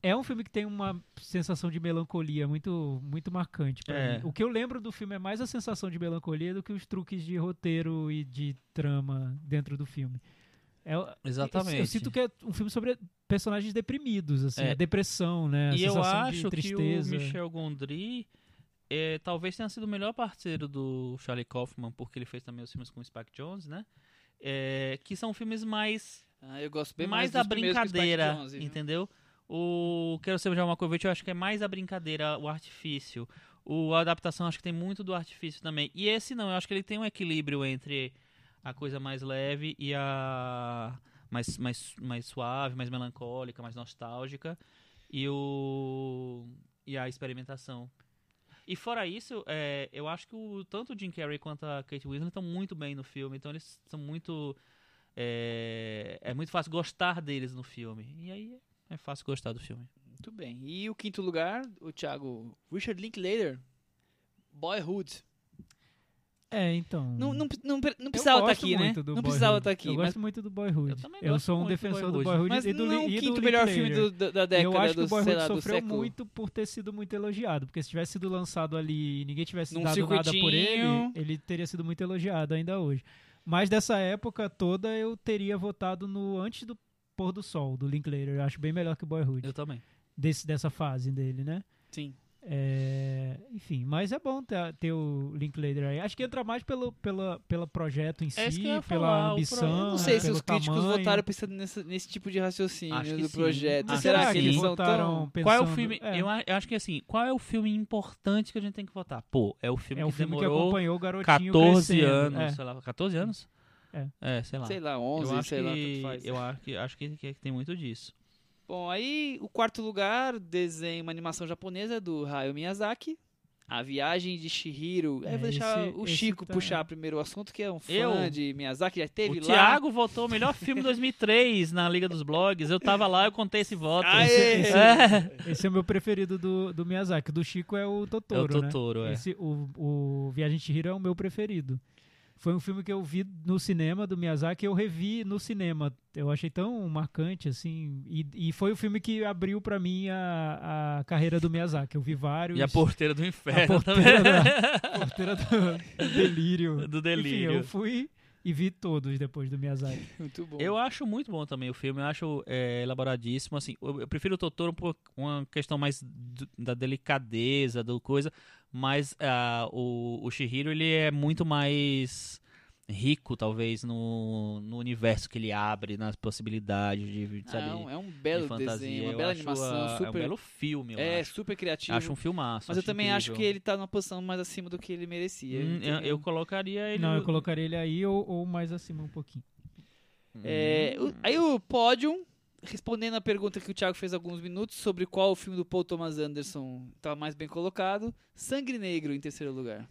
É um filme que tem uma sensação de melancolia muito, muito marcante. pra
É.
mim. O que eu lembro do filme é mais a sensação de melancolia do que os truques de roteiro e de trama dentro do filme. É, eu-
Exatamente.
Eu, sinto que é um filme sobre personagens deprimidos, assim,
É.
a depressão, né? A
E eu
sensação
acho
de
que o
tristeza.
Michel Gondry é, talvez tenha sido o melhor parceiro do Charlie Kaufman, porque ele fez também os filmes com o Spike Jones, né? É, que são filmes mais
Ah, eu gosto bem
mais
mais,
da
dos primeiros que o Spike
brincadeira,
Jonze, né? viu?
entendeu? O Quero Ser uma Covet, eu acho que é mais a brincadeira, o artifício. O a adaptação acho que tem muito do artifício também. E esse não, eu acho que ele tem um equilíbrio entre a coisa mais leve e a mais mais, mais suave, mais melancólica, mais nostálgica e o e a experimentação. E fora isso, é, eu acho que o, tanto o Jim Carrey quanto a Kate Winslet estão muito bem no filme, então eles são muito é, é muito fácil gostar deles no filme. E aí é fácil gostar do filme.
Muito bem. E o quinto lugar, o Thiago Richard Linklater, Boyhood.
É, então.
Não, não, não, não
Eu
precisava estar
gosto
aqui, né?
muito do
Não precisava
Boyhood.
estar aqui.
Eu
mas
gosto muito do Boyhood.
Eu
Eu,
também gosto
sou um
muito do
defensor do
Boyhood.
Boyhood,
mas
e do,
não é
Li-
o
e
quinto
do
melhor
Linklater.
filme do- do- da
Eu
década,
acho que
do,
o
sei
Boyhood
lá, do
sofreu
século.
muito por ter sido muito elogiado, porque se tivesse sido lançado ali e ninguém tivesse
Num
dado nada por ele,
circuitinho.
ele teria sido muito elogiado ainda hoje. Mas dessa época toda eu teria votado no Antes do Pôr do Sol, do Linklater. Eu acho bem melhor que o Boyhood,
Eu também.
desse, dessa fase dele, né?
Sim.
É, enfim, mas é bom ter, ter o Linklater aí. Acho que entra mais pelo, pela, pelo projeto em si,
É isso que eu ia
pela
falar, o
ambição.
pro-
Eu não sei
né,
se os
pelo
críticos
tamanho. Ah,
votaram pensando nesse, nesse tipo de
Acho
raciocínio
que
do
sim.
projeto.
Acho
será
que
que,
sim.
eles são
votaram
tão...
pensando...
Qual é o filme?
É,
Eu, a- eu acho que assim, qual é o filme importante que a gente tem que votar? Pô, é o filme
é
que
o filme que
demorou
acompanhou o garotinho
14
crescendo,
anos,
é.
sei lá, 14 anos?
É.
sei lá.
Sei lá,
eu
11,
acho
sei
que,
lá, tanto faz.
eu acho que acho que, que tem muito disso.
Bom, aí o quarto lugar, desenho, uma animação japonesa do Hayao Miyazaki. A Viagem de Shihiro. Aí
É,
eu vou deixar
esse-
o
esse
Chico
tá-
puxar primeiro o assunto, que é um fã
Eu?
de Miyazaki, já teve
o
lá.
Thiago votou o melhor filme 2003 na Liga dos Blogs. Eu tava lá, eu contei esse voto.
Aê!
É.
Esse é o meu preferido do, do Miyazaki. Do Chico é o
É
Totoro,
o Totoro,
né?
é.
Esse, o, o Viagem de Chihiro é o meu preferido. Foi um filme que eu vi no cinema do Miyazaki, eu revi no cinema. Eu achei tão marcante, assim. E, e foi o filme que abriu pra mim a, a carreira do Miyazaki. Eu vi vários.
E a porteira do inferno
A porteira, é da, porteira do, do delírio.
do
Enfim,
delírio.
eu fui e vi todos depois do Miyazaki.
Muito bom.
Eu acho muito bom também o filme, eu acho é, elaboradíssimo, assim, eu, eu prefiro o Totoro por uma questão mais do- da delicadeza, do coisa, mas ah, o, o Shihiro, ele é muito mais rico, talvez, no, no universo que ele abre, nas possibilidades de, sabe,
Não, é um
de
belo
fantasia.
desenho, uma
Eu
bela
acho
animação,
a- É um
super,
belo filme, eu
é,
acho.
super criativo.
Acho um filmaço.
mas eu também acho que
incrível.
ele tá numa posição mais acima do que ele merecia.
Hum, eu,
entendeu?
eu colocaria ele...
Não, eu colocaria ele aí ou, ou mais acima um pouquinho.
É, o- aí o Pódium, respondendo a pergunta que o Thiago fez há alguns minutos sobre qual o filme do Paul Thomas Anderson tá mais bem colocado, Sangue Negro em terceiro lugar.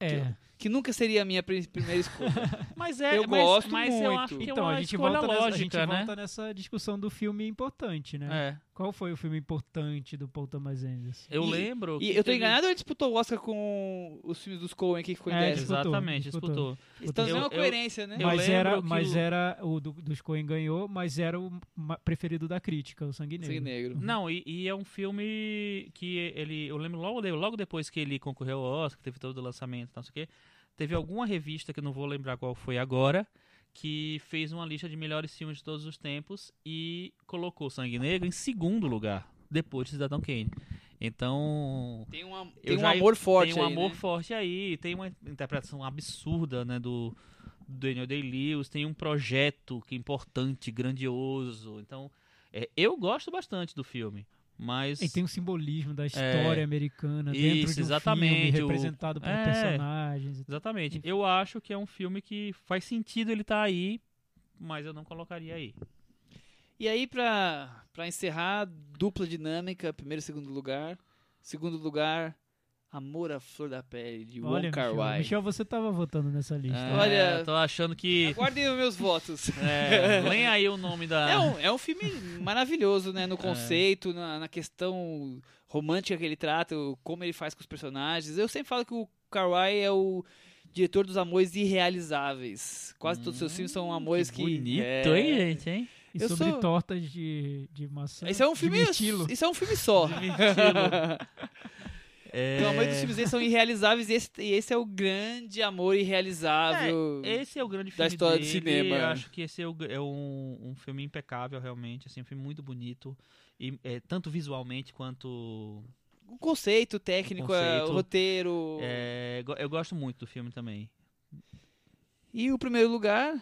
É.
que nunca seria a minha pri- primeira escolha.
Mas é,
Eu
mas,
gosto
mas eu
muito.
acho que é
Então,
uma
a gente,
escolha
volta nessa, a gente
lógica, né?
volta nessa discussão do filme importante, né?
É.
Qual foi o filme importante do Paul Thomas Anderson?
Eu
E-
lembro.
E
que
eu tô
teve-
enganado ou ele disputou o Oscar com os filmes dos Coen que ficou em
É,
É,
10?
disputou,
exatamente,
disputou.
disputou.
Então
Eu-
não é uma
eu-
coerência, né?
eu
mas
lembro
era,
que
mas
o-
era o do- dos Coen ganhou, mas era o ma- preferido da crítica, o Sangue Negro.
Sangue Negro.
Não, e, e é um filme que ele. Eu lembro logo, de- logo depois que ele concorreu ao Oscar, teve todo o lançamento e tal, não sei o quê. Teve alguma revista que eu não vou lembrar qual foi agora, que fez uma lista de melhores filmes de todos os tempos e colocou Sangue Negro em segundo lugar, depois de Cidadão Kane. Então.
Tem, uma,
Eu
tem um
já-
amor forte
Tem um
aí,
amor
né?
forte aí, tem uma interpretação absurda, né, do do Daniel Day-Lewis, tem um projeto que é importante, grandioso. Então, é, eu gosto bastante do filme, mas
E tem um simbolismo da história americana dentro
É. Isso,
de um
exatamente,
filme,
o-
representado por
É.
personagens. e tal.
exatamente. Eu acho que é um filme que faz sentido ele estar aí, mas eu não colocaria aí.
E aí, pra, pra encerrar, dupla dinâmica, primeiro e segundo lugar. Segundo lugar, Amor à Flor da Pele, de
Olha,
Wong Kar
Michel,
Wai.
Michel, você tava votando nessa lista.
É,
Olha-
tô achando que
Aguardem os meus votos.
é, leem aí o nome da
É um, é um filme maravilhoso, né? No
É.
conceito, na, na questão romântica que ele trata, o- como ele faz com os personagens. Eu sempre falo que o Kawai é o diretor dos amores irrealizáveis. Quase todos os seus filmes são amores que.
Hum, bonito,
é...
hein, gente, hein?
E
Eu
sobre
sou-
tortas de, de maçã.
Isso é um
de
filme.
mirtilo.
assim.
Isso é um filme só.
É...
Então, a maioria dos filmes deles são irrealizáveis e esse, e esse é o grande amor irrealizável.
Esse é o grande
Da
filme
história do
dele.
cinema.
Eu acho que esse é, o gr- é um, um filme impecável, realmente. Assim, um filme muito bonito. E, é, tanto visualmente quanto.
O conceito técnico,
O conceito.
é, o roteiro.
é, go- eu gosto muito do filme também.
E o primeiro lugar,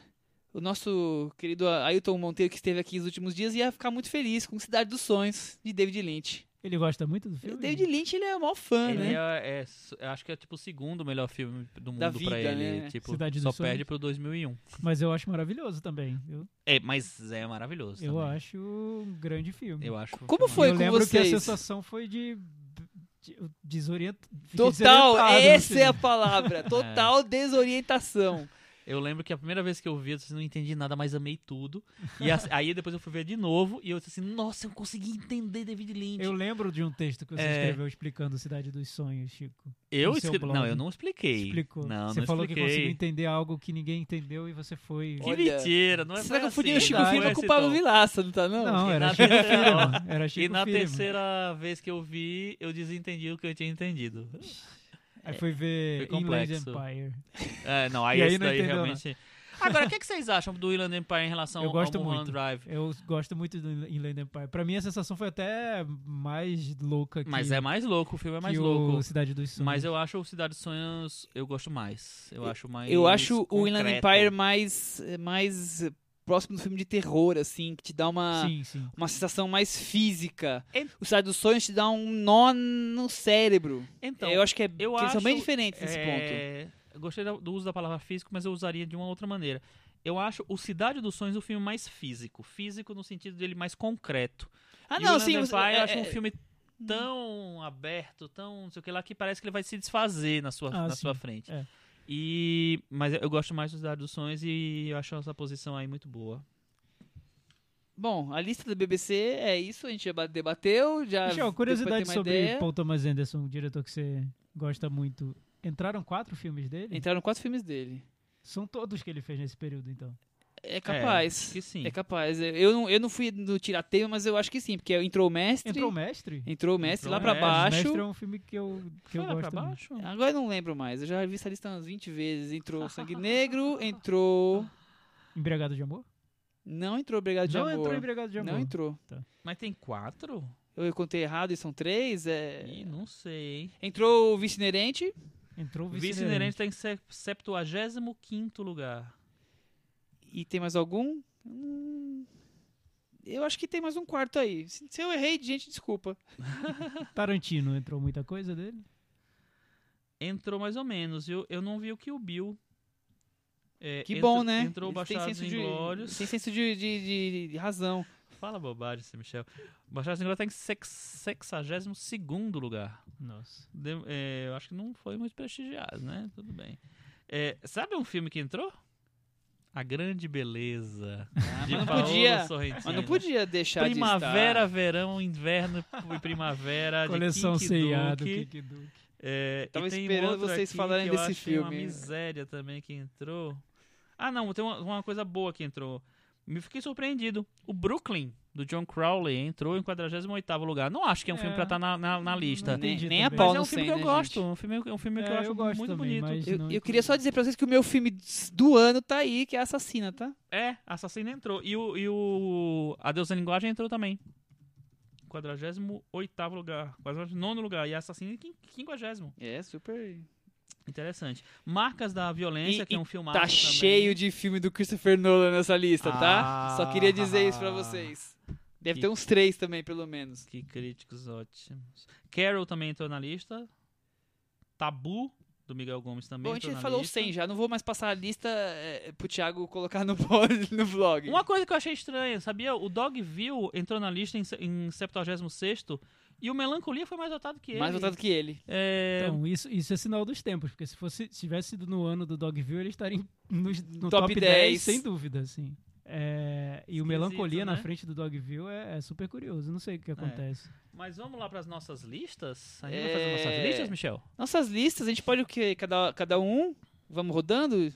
o nosso querido Ailton Monteiro, que esteve aqui nos últimos dias, ia ficar muito feliz com Cidade dos Sonhos, de David Lynch.
Ele gosta muito do filme?
O David Lynch, ele é o maior fã,
Ele
né?
é, é su- eu acho que é tipo o segundo melhor filme do mundo
Da
pra
vida,
ele.
né?
Tipo,
Cidade dos
só
Sonhos.
perde pro 2001.
Mas eu acho maravilhoso também. Eu,
É, mas é maravilhoso.
eu
também.
acho um grande filme.
Eu acho.
Como
filmado.
foi
eu
com
lembro que a
vocês?
sensação foi de, de desorient... fiquei
Total,
desorientado no
essa é a
cinema.
palavra.
É.
Total desorientação.
Eu lembro que a primeira vez que eu vi, eu disse, assim, não entendi nada, mas amei tudo. E as- aí depois eu fui ver de novo e eu disse assim, nossa, eu consegui entender David Lynch.
Eu lembro de um texto que você
É.
escreveu explicando Cidade dos Sonhos, Chico.
Eu
no seu
escre-
blog.
Não, eu não expliquei.
é Explicou.
Não,
você
não
falou que conseguiu
expliquei.
entender algo que ninguém entendeu e você foi...
Que
Olha,
mentira, não é
Você tá
foi
confundindo o
assim,
Chico
não
Firma
é
com o
esse
Pablo
tom.
Vilaça, não tá, não?
Não,
e
era
na
Chico
terceira-
Firma. Era Chico
E na
Firma.
terceira vez que eu vi, eu desentendi o que eu tinha entendido.
Aí foi ver
Foi
Inland
complexo.
Empire.
É, não, aí,
E aí
esse
não
daí
entendeu,
realmente. Agora, o que, é que vocês acham do Inland Empire em relação
Eu gosto
ao Mulholland
muito.
Drive?
Eu gosto muito do Inland Empire. Pra mim a sensação foi até mais louca que,
Mas é mais louco, o filme é mais
que
louco.
o Cidade dos Sonhos.
Mas é eu acho o Cidade dos Sonhos, eu gosto mais. Eu acho mais.
Eu acho o Inland
concreto.
Empire mais, mais próximo do filme de terror, assim, que te dá uma...
Sim, sim.
Uma sensação mais física.
É-
O Cidade dos Sonhos te dá um nó no cérebro.
Então,
eu acho que, é,
eu
que eles são bem
acho,
diferentes nesse ponto.
É, eu Gostei da- do uso da palavra físico, mas eu usaria de uma outra maneira. Eu acho o Cidade dos Sonhos o filme mais físico. Físico no sentido dele mais concreto.
Ah,
E
não,
o
sim.
Land
você-
Empire,
é-
eu acho
é-
um filme tão aberto, tão não sei o que lá, que parece que ele vai se desfazer na sua,
Ah,
na
sim.
sua frente.
É.
E, mas eu- eu gosto mais do Cidade dos Sonhos e eu acho essa posição aí muito boa.
Bom, a lista da BBC é isso, a gente já ba- debateu,
Ah,
já deu
Michel,
pra ter
é curiosidade
uma
sobre
ideia.
Paul Thomas Anderson, um diretor que você gosta muito. Entraram quatro filmes dele?
Entraram quatro filmes dele.
São todos que ele fez nesse período, então.
É
É, acho
capaz.
que sim.
É capaz. Eu não, eu não fui no tirateio, mas eu acho que sim, porque entrou o mestre.
Entrou o Mestre?
entrou o mestre
Entrou
lá pra
o Mestre.
baixo.
Mestre é um filme que eu, que eu
Foi lá pra
gosto muito.
baixo?
Agora eu não lembro mais. Eu já vi essa lista umas 20 vezes. Entrou o Sangue Negro, entrou.
Embriagado de Amor?
Não entrou Obrigado É de
Não
Amor.
entrou Embriagado de Amor.
Não entrou.
Mas tem quatro?
Eu contei errado e são três. É...
Ih, não sei, hein?
Entrou o Vice Inerente.
Entrou o
Vice Inerente
Vice-Inerente.
tá em 75 lugar.
E tem mais algum? Hum, Eu acho que tem mais um quarto aí. Se se eu errei, gente, desculpa.
Tarantino entrou muita coisa dele?
Entrou mais ou menos, viu? Eu não vi o Kill Bill. É,
Que
entrou-
bom, né?
Entrou
Eles têm
Baixados
senso
em
de-
Glórios.
Tem senso de, de- de- de razão.
Fala bobagem, esse Michel. Baixados em Glórios tá em sex- 62 lugar.
Nossa.
De- é, eu acho que não foi muito prestigiado, né? Tudo bem. É, sabe um filme que entrou? A Grande Beleza.
Ah,
de
mas não
Paolo
podia.
Sorrentino.
Mas não podia deixar
Primavera,
de estar.
verão, inverno e primavera.
Coleção
de Kinky
C&A do
Duke.
Kiki Duke.
É, e
Tava
tem um
esperando
outro
vocês
aqui
falarem
que eu
desse
achei Uma
filme.
miséria também que entrou. Ah, não, tem uma, uma coisa boa que entrou. Me fiquei surpreendido. O Brooklyn, do John Crowley, entrou em 48 lugar. Não acho que é um
É.
filme pra estar na, na, na lista.
Não
Nem,
Entendi
nem a
também.
pau
mas é um
não
filme
sei,
que eu
né,
gosto.
gente?
Um filme, é um filme que
É,
eu acho
eu gosto
muito
também,
bonito.
mas-
Eu,
Não é
eu
entendi.
queria só dizer pra vocês que o meu filme do ano tá aí, que é Assassina, tá?
É, Assassino entrou. E o, e o Adeus na Linguagem entrou também. 48 lugar. 49 lugar. E Assassino em 50.
É, super.
Interessante. Marcas da Violência,
E-
que é
e
um filme
Tá cheio de filme do Christopher Nolan nessa lista, tá? Só queria dizer isso pra
Ah.
vocês. Deve
Que-
ter uns três também, pelo menos.
Que críticos ótimos. Carol também entrou na lista. Tabu, do Miguel Gomes também.
Bom, a
entrou
gente
na
falou
lista.
100 já, não vou mais passar a lista é, pro Thiago colocar no, pod- no vlog.
Uma coisa que eu achei estranha, sabia? O Dogville entrou na lista em, se- em 76 e o Melancolia foi mais votado que ele.
Mais votado que ele.
É,
Então, isso, isso é sinal dos tempos, porque se fosse se tivesse sido no ano do Dogville, ele estaria em- nos- no
Top
top, 10,
10.
sem dúvida, assim. É, e
Esquisito,
o Melancolia na
né?
frente do Dogville é, é super curioso, não sei o que acontece.
Mas vamos lá para as nossas listas? A gente vai fazer nossas
É.
listas, Michel?
Nossas listas, a gente pode o quê? Cada, cada um? Vamos rodando?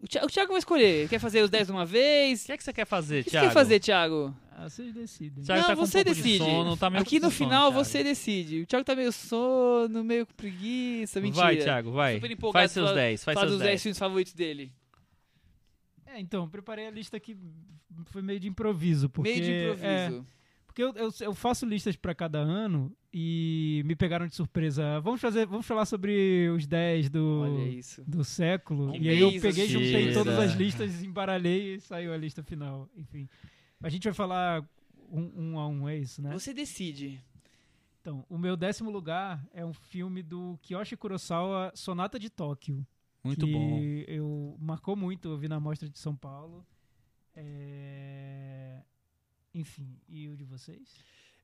O Thi- o Thiago, vai escolher. Quer fazer os 10 de uma
O
vez?
que é que você quer fazer,
O que você
Thiago?
quer fazer, Thiago?
Ah, vocês decidem.
Thiago
não,
tá com um
você
pouco de
decide.
sono, tá meio
Aqui
com
no
sono,
final
Thiago.
você decide. O Thiago tá meio sono, meio com preguiça, mentira.
Vai, Thiago, vai.
Super empolgado
Faz seus
pra-
10, faz
Fala
seus
dos 10
10.
filmes favoritos dele.
É, então, eu preparei a lista que foi meio de improviso. Porque,
meio de
é,
improviso.
porque eu, eu- eu faço listas pra cada ano e me pegaram de surpresa. Vamos, fazer, vamos falar sobre os 10
Olha
do,
isso.
do século.
Que
e aí eu
beleza,
peguei, juntei
mentira.
todas as listas, embaralhei e saiu a lista final. Enfim, a gente vai falar um, um a um, é isso, né?
Você decide.
Então, o meu décimo lugar é um filme do Kiyoshi Kurosawa, Sonata de Tóquio
Muito
que
bom.
Eu marcou muito, eu vi na mostra de São Paulo. É, Enfim, e o de vocês?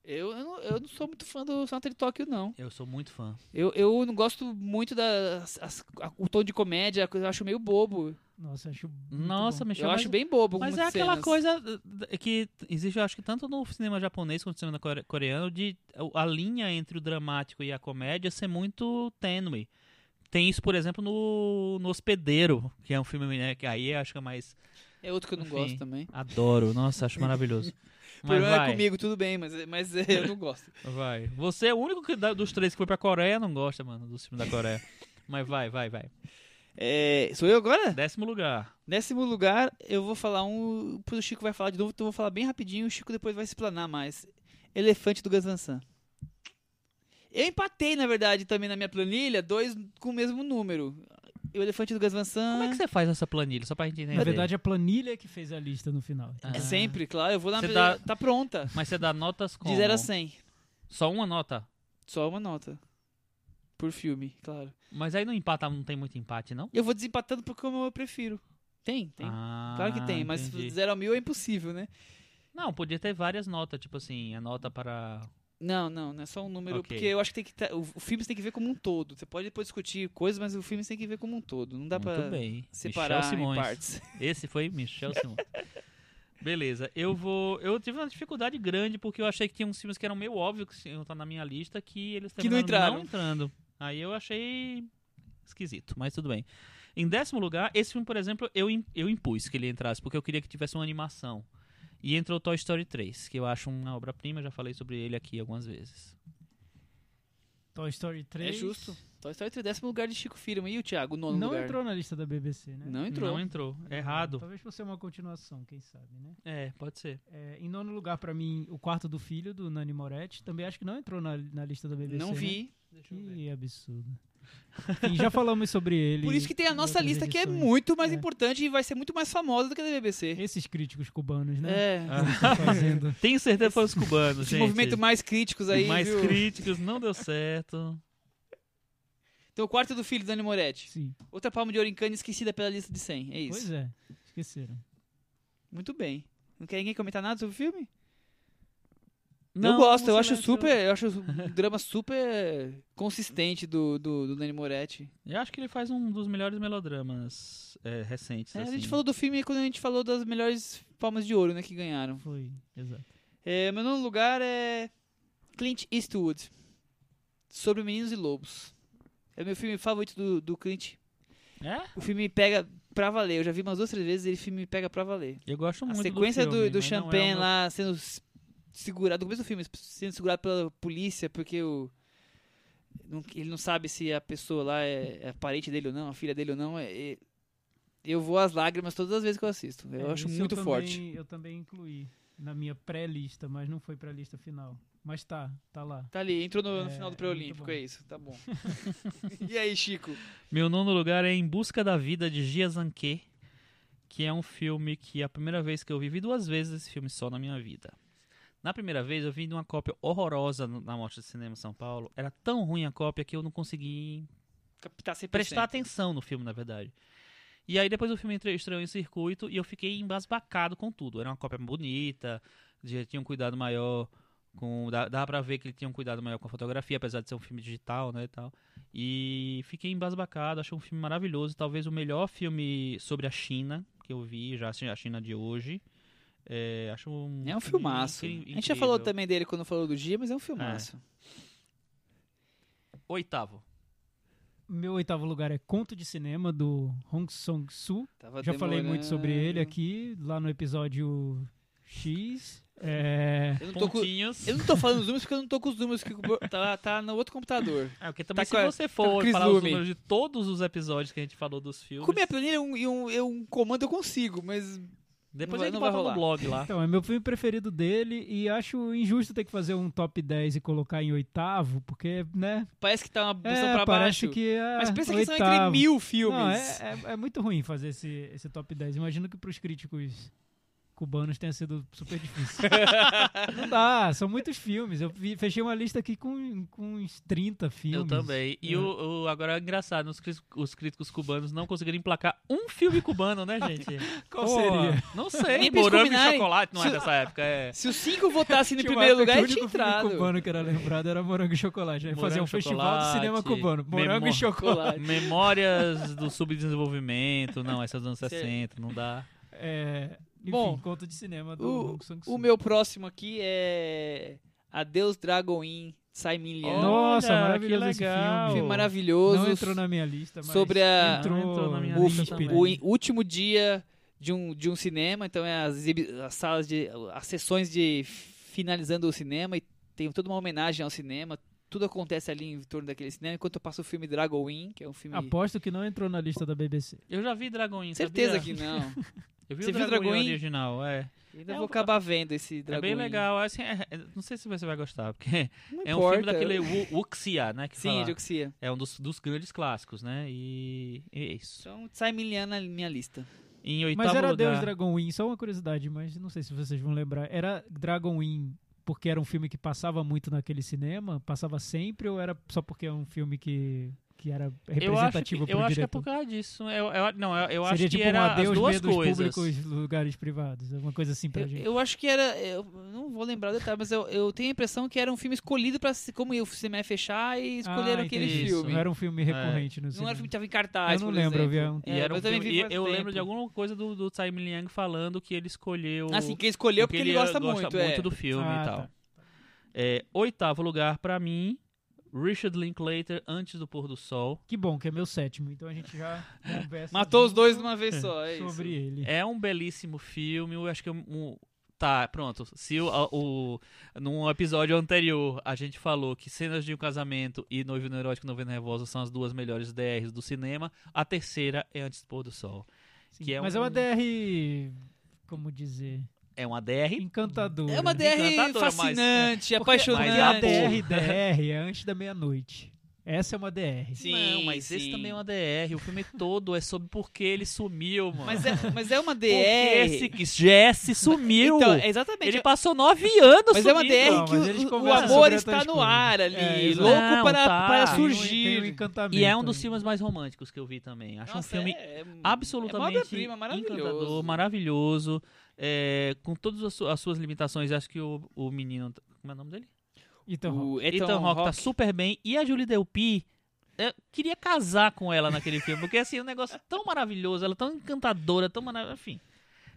Eu, eu, não, eu não sou muito fã do Sonata de Tóquio, não.
Eu sou muito fã.
Eu, eu não gosto muito da as- as- a- o tom de comédia, a coisa- eu acho meio bobo.
Nossa, acho. muito
Nossa,
bom.
Michel,
eu
mas,
acho bem bobo
mas é
algumas
aquela
tipo, cenas.
coisa eh, que existe, eu acho que tanto no cinema japonês quanto no cinema core- coreano, de a linha entre o dramático e a comédia ser muito tênue. Tem isso, por exemplo, no, no Hospedeiro, que é um filme né, que aí eu acho que é mais...
É outro que eu não
Enfim.
gosto também.
Adoro, nossa, acho maravilhoso.
O
Mas
problema é
vai,
comigo, tudo bem, mas, mas é, eu não gosto.
vai. Você é o único que, da- dos três que foi pra Coreia não gosta, mano, dos filmes da Coreia. Mas vai, vai, vai.
É, sou eu agora?
Décimo lugar.
Décimo lugar, eu vou falar um. O Chico vai falar de novo, então eu vou falar bem rapidinho. O Chico depois vai se planar mais. Elefante do Gus Van Sant. Eu empatei, na verdade, também na minha planilha, dois com o mesmo número. O Elefante do Gus Van Sant.
Como é que você faz essa planilha, só pra gente entender?
Na verdade, a planilha que fez a lista no final.
Ah.
É sempre, claro. Eu vou na.
Você dá-
Tá pronta.
Mas você dá notas como?
De 0 a 100.
Só uma nota.
Só uma nota. Por filme, claro.
Mas aí não empata, não tem muito empate, não?
Eu vou desempatando porque como eu prefiro. Tem, tem.
Ah,
claro que tem, mas
entendi.
0 a 1000 é impossível, né?
Não, podia ter várias notas, tipo assim, a nota para...
Não, não, não é só um número,
Ok.
porque eu acho que tem que tá- o, o filme você tem que ver como um todo. Você pode depois discutir coisas, mas o filme você tem que ver como um todo. Não dá
Muito
pra
bem.
separar
Michel
em
Simões.
partes.
Esse foi Michel Simões. Beleza, eu vou. Eu tive uma dificuldade grande porque eu achei que tinha uns filmes que eram meio óbvios que iam estar na minha lista que eles
Que não
terminaram entrando. Aí eu achei esquisito, mas tudo bem. Em décimo lugar, esse filme, por exemplo, eu, im- eu impus que ele entrasse porque eu queria que tivesse uma animação. E entrou Toy Story 3, que eu acho uma obra-prima, já falei sobre ele aqui algumas vezes.
Toy Story 3.
É justo. Toy Story 3, décimo lugar de Chico Firma. E o Thiago, nono
Não
lugar?
entrou na lista da BBC, né? Ah,
Não entrou. Ah,
Não entrou. É Errado.
Talvez fosse uma continuação, quem sabe, né?
tá.
É, pode ser.
É, em nono lugar, pra mim, O Quarto do Filho, do Nani Moretti. Também acho que não entrou na, na lista da BBC.
Não
né?
vi.
Que absurdo. E já falamos sobre ele.
Por isso que tem a
em
nossa
outras
lista que é
edições.
muito mais
É.
importante e vai ser muito mais famosa do que a da BBC.
Esses críticos cubanos, né?
É.
Tá fazendo.
Tenho certeza que foi os cubanos,
Esse
gente.
movimento mais críticos aí,
mais
viu?
críticos, não deu certo.
Então, o quarto do filho do Dani Moretti.
Sim.
Outra palma de Orincana esquecida pela lista de 100. É isso.
Pois é, esqueceram.
Muito bem. Não quer ninguém comentar nada sobre o filme? eu
Não,
gosto,
você
eu acho
não-
super. Eu acho um drama super consistente do, do, do Nani Moretti.
Eu acho que ele faz um dos melhores melodramas é, recentes.
É, a
assim.
gente falou do filme quando a gente falou das melhores palmas de ouro, né, que ganharam.
Foi, exato.
É, meu nono lugar é Clint Eastwood. Sobre Meninos e Lobos. É o meu filme favorito do, do Clint.
É?
O filme me pega pra valer. Eu já vi umas duas, três vezes e ele filme me pega pra valer.
Eu gosto
A
muito
sequência
do,
do,
né?
filme,
do
mas não é o
Champagne
meu-
lá sendo s- segurado, no começo do filme, sendo segurado pela polícia porque o, não- ele não sabe se a pessoa lá é, é parente dele ou não, a filha dele ou não. é- é- eu vou às lágrimas todas as vezes que eu assisto. Eu
É,
acho
esse
muito
eu
forte.
Também, eu também incluí na minha pré-lista, mas não foi pré-lista final. Mas tá, tá lá.
Tá ali, entrou no, no
É,
final do
é muito
pré-olímpico,
bom.
é, isso, tá bom. e aí, Chico?
Meu nono lugar é Em Busca da Vida de Gia Zanke, que é um filme que a primeira vez que eu vi, vi duas vezes esse filme só na minha vida. Na primeira vez eu vi de uma cópia horrorosa no- na Mostra de Cinema São Paulo. Era tão ruim a cópia que eu não consegui
Captar 100%.
prestar atenção no filme, na verdade. E aí depois o filme entrou- estreou em circuito e eu fiquei embasbacado com tudo. Era uma cópia bonita, já tinha um cuidado maior com... dá- Dava pra ver que ele tinha um cuidado maior com a fotografia, apesar de ser um filme digital, né, e tal. E fiquei embasbacado, achei um filme maravilhoso, talvez o melhor filme sobre a China que eu vi, já assisti a China de hoje. É, acho um
É um filmaço.
incri-
a gente já
incrível.
falou também dele quando falou do Gia, mas é um filmaço.
Oitavo.
Meu oitavo lugar é Conto de Cinema, do Hong Song-soo.
Tá
Já falei muito sobre ele aqui, lá no episódio X. É,
Eu não tô com-
Pontinhos.
Eu não tô falando os números porque eu não tô com os números que o meu- tá, tá no outro computador.
É, porque também
Tá
se
com a-
você
tá com
for
o
falar os
Krizumi.
números de todos os episódios que a gente falou dos filmes,
Com minha planilha e um, e um, e um comando eu consigo, mas.
depois
Não
a gente
vai-
bota
não
no
vai
blog lá.
então, é meu filme preferido dele e acho injusto ter que fazer um top 10 e colocar em oitavo, porque, né?
Parece que tá uma busca
É,
pra
parece
baixo.
que é
Mas pensa que
oitavo.
são entre mil filmes.
Não, é, é- é muito ruim fazer esse, esse top 10. Imagino que pros críticos cubanos tenha sido super difícil. Não dá, são muitos filmes. Eu vi- fechei uma lista aqui com, com uns 30
Eu
filmes.
também. E
É.
o, o- agora é engraçado, os, cris- os críticos cubanos não conseguiram emplacar um filme cubano, né, gente?
Qual
Pô,
seria?
Não
Nem
sei,
pra eles
morango e
combinarem.
chocolate não é
Se-
dessa época, é.
Se os cinco votassem no
Tinha uma
primeiro
época
lugar,
que
eu tinha
O único filme
entrado.
cubano que era lembrado era Morango e Chocolate. Aí
Morango
fazia um
e
festival de cinema
Chocolate,
cubano.
Memó-
Morango e Chocolate.
Chocolate.
Memórias do subdesenvolvimento, não, essas dos anos
Cê-
60, não dá.
É, enfim,
Bom,
conto de cinema do
o-
Hong Sang-soo.
O meu próximo aqui é. Adeus Dragon Inn, Simon Lian. Um
Nossa,
Olha,
maravilhoso
que
esse
legal.
filme.
Filme maravilhoso.
Não entrou na minha lista, mas
sobre a-
entrou,
Não entrou na minha
me
o,
lista
inspirou.
também.
o in- último dia de um, de um cinema, então é as, exibi- as salas de. as sessões de finalizando o cinema e tem toda uma homenagem ao cinema. Tudo acontece ali em torno daquele cinema, enquanto eu passo o filme Dragon Inn, que é um
Ah,
filme.
Aposto que não entrou na lista da BBC.
Eu já vi Dragon Inn,
Certeza
sabia?
que não.
Eu vi
Você
o
viu
Dragon Inn
Dragon Inn?
original, é.
Ainda
É
vou
um-
acabar vendo esse Dragon
é bem
Inn.
legal, assim, é- é- não sei se você vai gostar, porque
Não
é um filme
importa.
daquele Wu- Wuxia, né? Que
Sim,
fala.
Dioxia.
É um dos, dos grandes clássicos, né? E e é isso.
Então sai Milian na minha lista.
Em oitavo
Mas era
tá lugar,
Deus Dragon Wing, só uma curiosidade, mas não sei se vocês vão lembrar. Era Dragon Wing porque era um filme que passava muito naquele cinema? Passava sempre ou era só porque é um filme que, que era
eu acho que,
representativo
eu
pro
acho que é
diretor?
por causa disso. Eu, eu- não, eu, eu acho
Seria
que
tipo
era
um adeus
as duas
medos
coisas.
públicos lugares privados, alguma coisa assim
Tá,
pra
Eu,
gente.
eu acho que era. Eu não vou lembrar o detalhe, mas eu, eu tenho a impressão que era um filme escolhido pra. se- Como o cinema ia fechar e escolheram
Ah,
aquele
entendi.
isso.
filme.
Não era um filme
É.
recorrente no
Não
cinema.
era um filme que tava em cartaz,
Eu não
por
lembro, eu vi
exemplo.
há
E
É,
era um
mas também
filme-
vi
e
faz
eu
tempo.
lembro de alguma coisa do, do Tsai Liang falando que ele escolheu.
Assim, que escolheu porque ele, gosta, muito, é.
do filme
Ah,
e tal.
tá.
É, oitavo lugar pra mim, Richard Linklater, Antes do Pôr do Sol.
Que bom, que é meu sétimo, então a gente já conversa
Matou os
junto
dois de uma vez só, é isso.
sobre ele.
É um belíssimo filme. Eu acho que é um. Tá, pronto. Se o, a- o- Num episódio anterior, a gente falou que cenas de um casamento e noivo neurótico e novena nervosa são as duas melhores DRs do cinema. A terceira é Antes do Pôr do Sol.
Sim,
que é
mas
um-
é uma DR, como dizer,
É uma DR.
encantadora.
É uma DR
Encantadora, mas- é
fascinante,
Porque
apaixonante.
Mas
Ah,
é a
Porra.
DR, DR é antes da meia-noite. Essa é uma DR.
Sim,
Não, mas esse
sim.
também é uma DR. O filme todo é sobre por que ele sumiu, mano.
Mas é, mas é uma DR.
Porque esse Jesse sumiu.
Então, é exatamente.
Ele passou nove anos
mas é
sumido.
uma DR
Não,
que
mas eles
o, o
conversam
amor
sobre
está
outras
no
coisas.
ar ali,
É, exato.
louco
Não,
para, para
tá.
Tem um- tem um
surgir.
encantamento.
E é um dos
aí.
filmes mais românticos que eu vi também. Acho um filme
é, é
absolutamente
é uma obra-prima, maravilhoso.
encantador, maravilhoso, é, com todas as, su- as suas limitações. Acho que o, o menino, Como é o nome dele?
Ethan Hawke.
o
Ethan, Rock, tá super bem. E a Julie Delpy, eu queria casar com ela naquele filme, porque assim, é um negócio tão maravilhoso, ela é tão encantadora, tão maravilhosa. Enfim,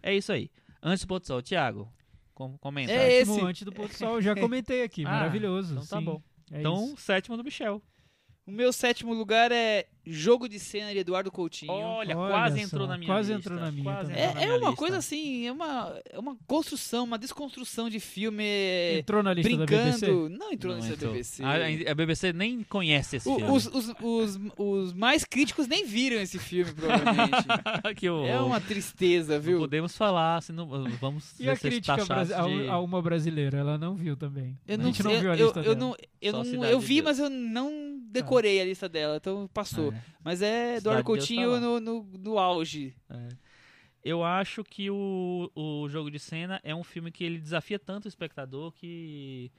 é isso aí. Antes do pôr do sol, Thiago, com- comenta.
É esse.
Último antes do pôr do sol, já comentei aqui.
Ah,
maravilhoso.
então tá
sim.
bom.
É
então,
isso.
sétimo do Michel.
O meu sétimo lugar é Jogo de Cena de Eduardo Coutinho.
Olha,
Olha
quase
só,
entrou na minha
quase
lista.
entrou na minha
Quase
também.
entrou na
É, é
minha
uma
lista.
coisa assim, é uma, é uma construção, uma desconstrução de filme é,
Entrou na lista da BBC?
brincando. Não entrou
Não
nessa
entrou.
BBC.
A, a BBC nem conhece esse filme.
O- os, os, os, os mais críticos nem viram esse filme, provavelmente.
que o,
é uma tristeza,
não
viu?
podemos falar, senão vamos
E a
ser
crítica
taxados
brasi- a,
de-
a uma brasileira? Ela não viu também.
Eu
a gente não
sei-
viu a
eu,
lista
eu
dela.
não, eu,
Só
não-
Cidade
eu
de
vi,
Deus.
mas eu não decorei a lista dela, então passou.
É.
Mas é
Cidade
Eduardo
de Deus tá
Coutinho
lá.
no, no, no auge.
Eu acho que o, o Jogo de Cena é um filme que ele desafia tanto o espectador que.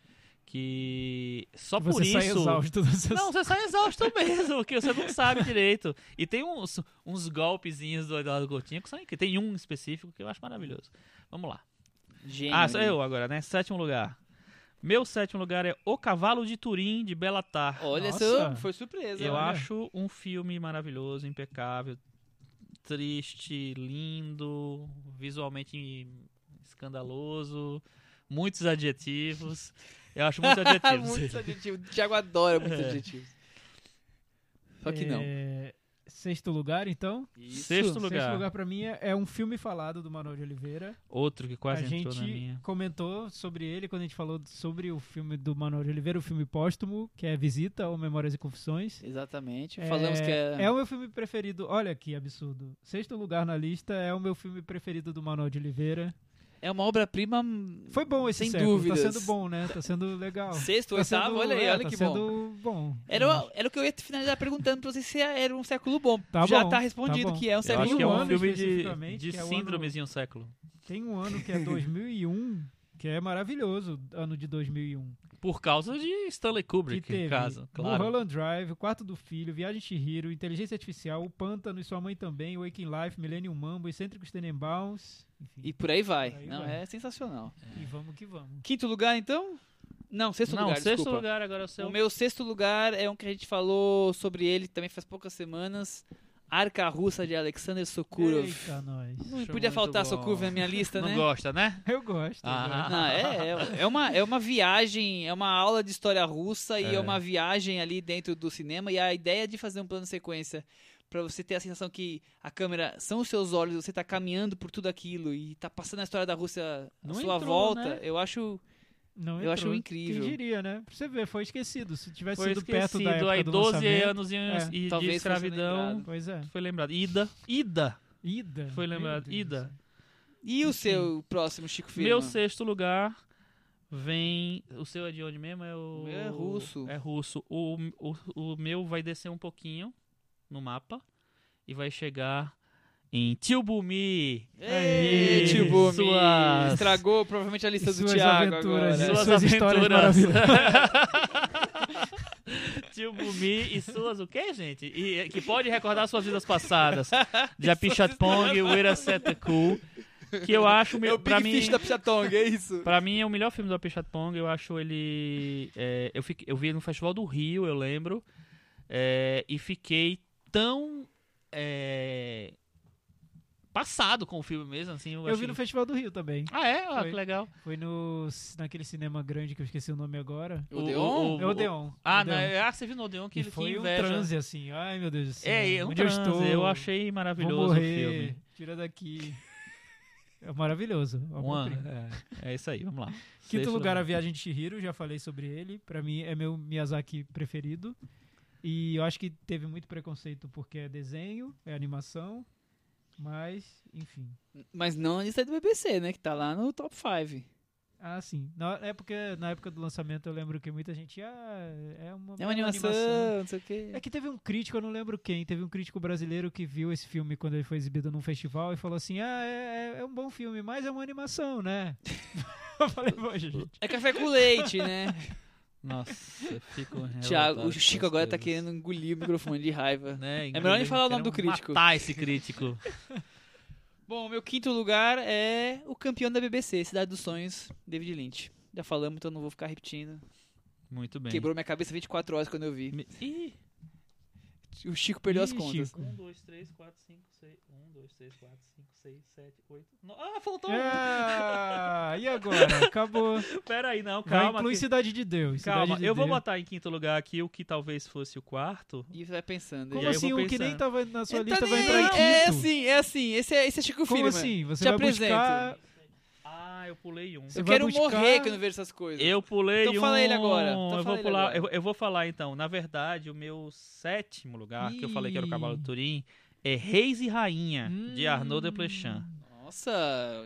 que só por
Você
isso.
sai exausto da sessão.
Não, você sai exausto mesmo, porque você não sabe direito. E tem uns, uns golpezinhos do Eduardo Coutinho que são incríveis. Tem um específico que eu acho maravilhoso. Vamos lá.
Gênio.
Ah, sou eu agora, né? Sétimo lugar. Meu sétimo lugar é O Cavalo de Turim, de Belatar.
Olha,
Nossa.
só, foi surpresa.
Eu
olha.
acho um filme maravilhoso, impecável, triste, lindo, visualmente escandaloso, muitos adjetivos. Eu acho muitos adjetivos.
muitos adjetivos. O Thiago adora
É.
muitos adjetivos. Só que não.
É, Sexto lugar, então.
Sexto lugar.
Sexto lugar pra mim é é um filme falado do Manuel de Oliveira.
Outro que quase
a
entrou na
gente
minha.
comentou sobre ele quando a gente falou sobre o filme do Manuel de Oliveira, o filme póstumo, que é Visita ou Memórias e Confissões.
Exatamente. Falamos que
é...
é.
o meu filme preferido. Olha que absurdo. Sexto lugar na lista é o meu filme preferido do Manuel de Oliveira.
É uma obra-prima. hum,
Foi bom esse
Sem
século.
dúvidas.
Tá sendo bom, né? Tá sendo legal.
Sexto,
tá sendo,
oitavo, olha aí,
é,
olha
tá
que bom.
sendo bom.
Era, o- era o que eu ia finalizar perguntando pra vocês se era um século bom.
Tá
Já
bom,
tá respondido
tá bom.
que é um
Eu
século
acho que é
um
um
ano
bom.
filme de,
especificamente,
de
que é o ano-
síndromes em um século.
Tem um ano que é 2001, que é maravilhoso, ano de 2001.
Por causa de Stanley
Que
Kubrick,
teve
no caso. Claro.
Mulholland Drive, O Quarto do Filho, Viagem de Chihiro, Inteligência Artificial, O Pântano e Sua Mãe Também, Waking Life, Millennium Mambo, Excêntricos Tenenbaums, enfim.
E por aí vai.
Por aí
Não,
vai.
é sensacional.
E vamos que vamos.
Quinto lugar, então? Não, sexto
Não,
lugar,
sexto
desculpa.
lugar agora é o seu.
O meu sexto lugar é um que a gente falou sobre ele também faz poucas semanas. Arca Russa de Alexander Sokurov.
Eita, nós.
Não
Acho
podia
muito
faltar
bom.
Sokurov na minha lista,
Não
né?
gosta, né?
Eu gosto. eu
Ah.
gosto.
Não, é, é, é uma, é uma viagem, é uma aula de história russa e é.
É.
uma viagem ali dentro do cinema. E a ideia de fazer um plano sequência pra você ter a sensação que a câmera são os seus olhos, você tá caminhando por tudo aquilo e tá passando a história da Rússia à
Não
sua
entrou,
volta,
né?
eu acho.
Não
Eu
entrou.
acho incrível.
Quem diria, né? Pra você ver, foi esquecido. Se tivesse
Foi
sido perto da
esquecido
época
aí
do
12
lançamento, É.
anos e, e de
Talvez fosse
escravidão.
lembrado.
Pois é.
Foi lembrado. Ida. Ida.
Ida.
Foi
Meu
lembrado.
Deus.
Ida.
E o seu próximo Chico Filho? né?
Meu sexto lugar vem. O seu é de onde mesmo? É o.
É russo.
É russo. O, o, o meu vai descer um pouquinho no mapa e vai chegar em Tilbumi.
Ei,
Aê,
tio Bumi.
suas-
Estragou provavelmente a lista
E
do
suas
Thiago agora.
aventuras, e
Suas,
suas histórias
aventuras. Tilbumi e suas o quê, gente? E, é, que pode recordar suas vidas passadas. Japichatpong, Wira Setaku. Que eu acho o
É
meu.
o Big
pra mim,
Fish da Pichatong, é isso?
Pra mim é o melhor filme do Apichatpong, eu acho ele. é, eu, fiquei- eu vi no Festival do Rio, eu lembro. é, e fiquei tão. é, passado com o filme mesmo, assim. Eu,
Eu
achei-
vi no Festival do Rio também.
Ah, é? Ah,
Foi.
que legal.
Foi no, naquele cinema grande que eu esqueci o nome agora.
O-
Odeon?
o-
É Odeon.
Ah,
Odeon.
não, é- ah, você viu no Odeon que
E
ele
foi
que
um
inveja.
transe, assim. Ai, meu Deus do céu.
É, é um
Onde
transe.
Eu, estou?
Eu achei maravilhoso
Vou morrer.
o filme.
Tira daqui. É maravilhoso. Uma
Um ano.
boa
É, é isso aí, vamos lá.
Quinto
Sexto
lugar, A Viagem de Chihiro. Já falei sobre ele. Pra mim, é meu Miyazaki preferido. E eu acho que teve muito preconceito porque é desenho, é animação. Mas, enfim.
Mas não a lista do BBC, né? Que tá lá no top 5.
Ah, sim. Na, é porque na época do lançamento eu lembro que muita gente. Ah, é uma,
É uma animação, não sei o quê.
É que teve um crítico, eu não lembro quem, teve um crítico brasileiro que viu esse filme quando ele foi exibido num festival e falou assim: Ah, é, é- é um bom filme, mas é uma animação, né? eu falei, poxa, gente.
É café com leite, né?
Nossa, eu fico.
Thiago,
revoltado
o
com
Chico
as
agora tá
coisas.
querendo engolir o microfone de raiva.
Né,
melhor nem
inclusive,
falar o nome do
queremos
crítico.
Matar esse crítico.
Bom, meu quinto lugar é o campeão da BBC, Cidade dos Sonhos, David Lynch. Já falamos, então não vou ficar repetindo.
Muito bem.
Quebrou minha cabeça 24 horas quando eu vi.
Me- Ih!
O Chico perdeu as
Ih,
contas.
Chico.
1, 2, 3, 4, 5, 6. 1, 2, 3, 4, 5, 6, 7, 8. Ah, faltou!
É.
um.
Ah, e agora? Acabou.
Pera aí, não,
Vai
calma.
inclui
que-
Cidade de Deus. Cidade
Calma,
de
eu vou
Deus.
botar em quinto lugar aqui o que talvez fosse o quarto.
E vai pensando.
e
Como
aí eu
assim?
vou
O que nem
pensando.
tava na sua
Ele tá
lista vai
nem
entrar em
aí.
quinto?
é assim, é assim. Esse é, esse é Chico
Como
Firma.
assim? Você
Te
vai
apresento.
buscar...
Ah, eu pulei um.
Você
Eu
vai
quero
buscar-
morrer quando eu vejo essas coisas.
Eu pulei um.
Então fala ele agora, então
eu,
fala
vou
ele
pular,
agora.
Eu, eu vou falar então. Na verdade, o meu sétimo lugar, que eu falei que era o Cavalo
Ih.
do Turim, é Reis e Rainha, de
Hum.
Arnaud de Plechin.
Nossa,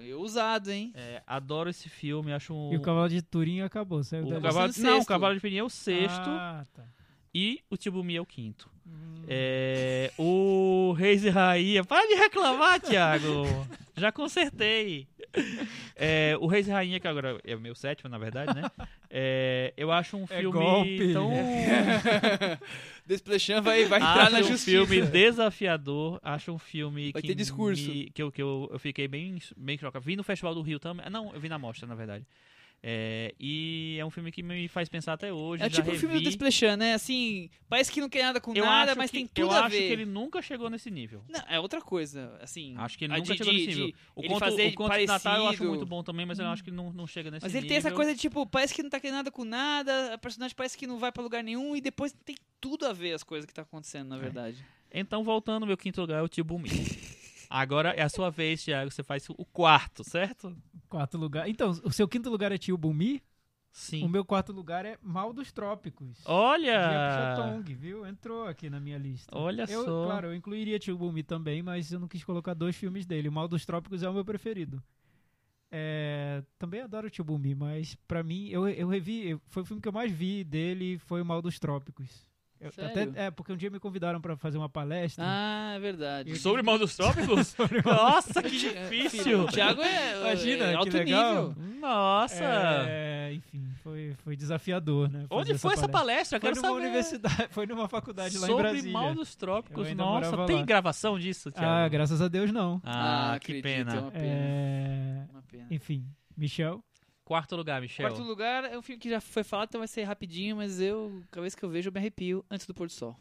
eu usado, hein?
É, adoro esse filme, acho um.
E o Cavalo de Turim acabou, saiu
o
da
Cavalo-
Você no
Não, o
sexto.
Cavalo de Turim é o sexto
Ah, tá.
e o Tibumi é o quinto.
Hum.
É, o Reis e Rainha. Para de reclamar, Thiago! Já consertei. É, o Reis e Rainha, que agora é o meu sétimo, na verdade, né? É, eu acho um
É
filme
golpe.
tão.
Desplechan vai,
Ah,
vai entrar na
Acho um
justiça.
filme desafiador, acho um filme
Vai
que,
ter discurso.
me- que, eu, que eu, eu fiquei bem, bem chocado. Vi no Festival do Rio também. Não, eu vi na mostra, na verdade. É, e é um filme que me faz pensar até hoje.
É
já
tipo o filme do
revi.
Desplechan, né? Assim, parece que não quer nada com
Eu
nada,
acho
mas
que-
tem tudo
Eu
a
acho
ver.
que ele nunca chegou nesse nível.
Não, é outra coisa, assim.
Acho que ele
a
nunca
de-
chegou
de-
nesse nível.
de-
O
ele
conto,
fazer
o conto de Natal eu acho
parecido.
muito bom também, mas eu acho que ele não, não chega nesse
Mas
nível.
ele tem essa coisa de tipo, parece que não tá querendo nada com nada, a personagem parece que não vai pra lugar nenhum e depois tem tudo a ver as coisas que tá acontecendo,
É.
na verdade.
Então, voltando, meu quinto lugar é o Tibumi. Agora é a sua vez, Thiago. Você faz o quarto, certo?
Quarto lugar. Então, o seu quinto lugar é Tio Bumi?
Sim.
O meu quarto lugar é Mal dos Trópicos.
Olha!
Jack Chotong, viu? Entrou aqui na minha lista.
Ah. Olha
tá um- eu,
só.
Claro, eu incluiria Tio Bumi também, mas eu não quis colocar dois filmes dele. O Mal dos Trópicos é o meu preferido. É, também adoro Tio Bumi, mas pra mim, eu, eu revi. eu- foi o filme que eu mais vi dele, foi o Mal dos Trópicos. Eu-
Sério?
até- é, porque um dia me convidaram pra fazer uma palestra.
Ah, é verdade.
Sobre Mal dos Trópicos? Nossa, que difícil!
O Thiago é,
Imagina,
é
que
alto
legal.
nível.
Nossa!
É, enfim, foi, foi desafiador, né? fazer
Onde foi essa palestra? Eu
Foi
Quero
numa
saber.
universidade, foi numa faculdade lá em
Sobre
Brasília.
Mal dos
Eu
Trópicos.
ainda
Nossa,
morava
tem
lá.
gravação disso, Thiago?
Ah, graças a Deus não.
Ah, que
acredito, É
pena.
uma pena.
É,
Uma pena.
Enfim, Michel.
Quarto lugar, Michel.
Quarto lugar é um filme que já foi falado, então vai ser rapidinho, mas eu, cada vez que eu vejo, eu me arrepio antes do pôr do sol.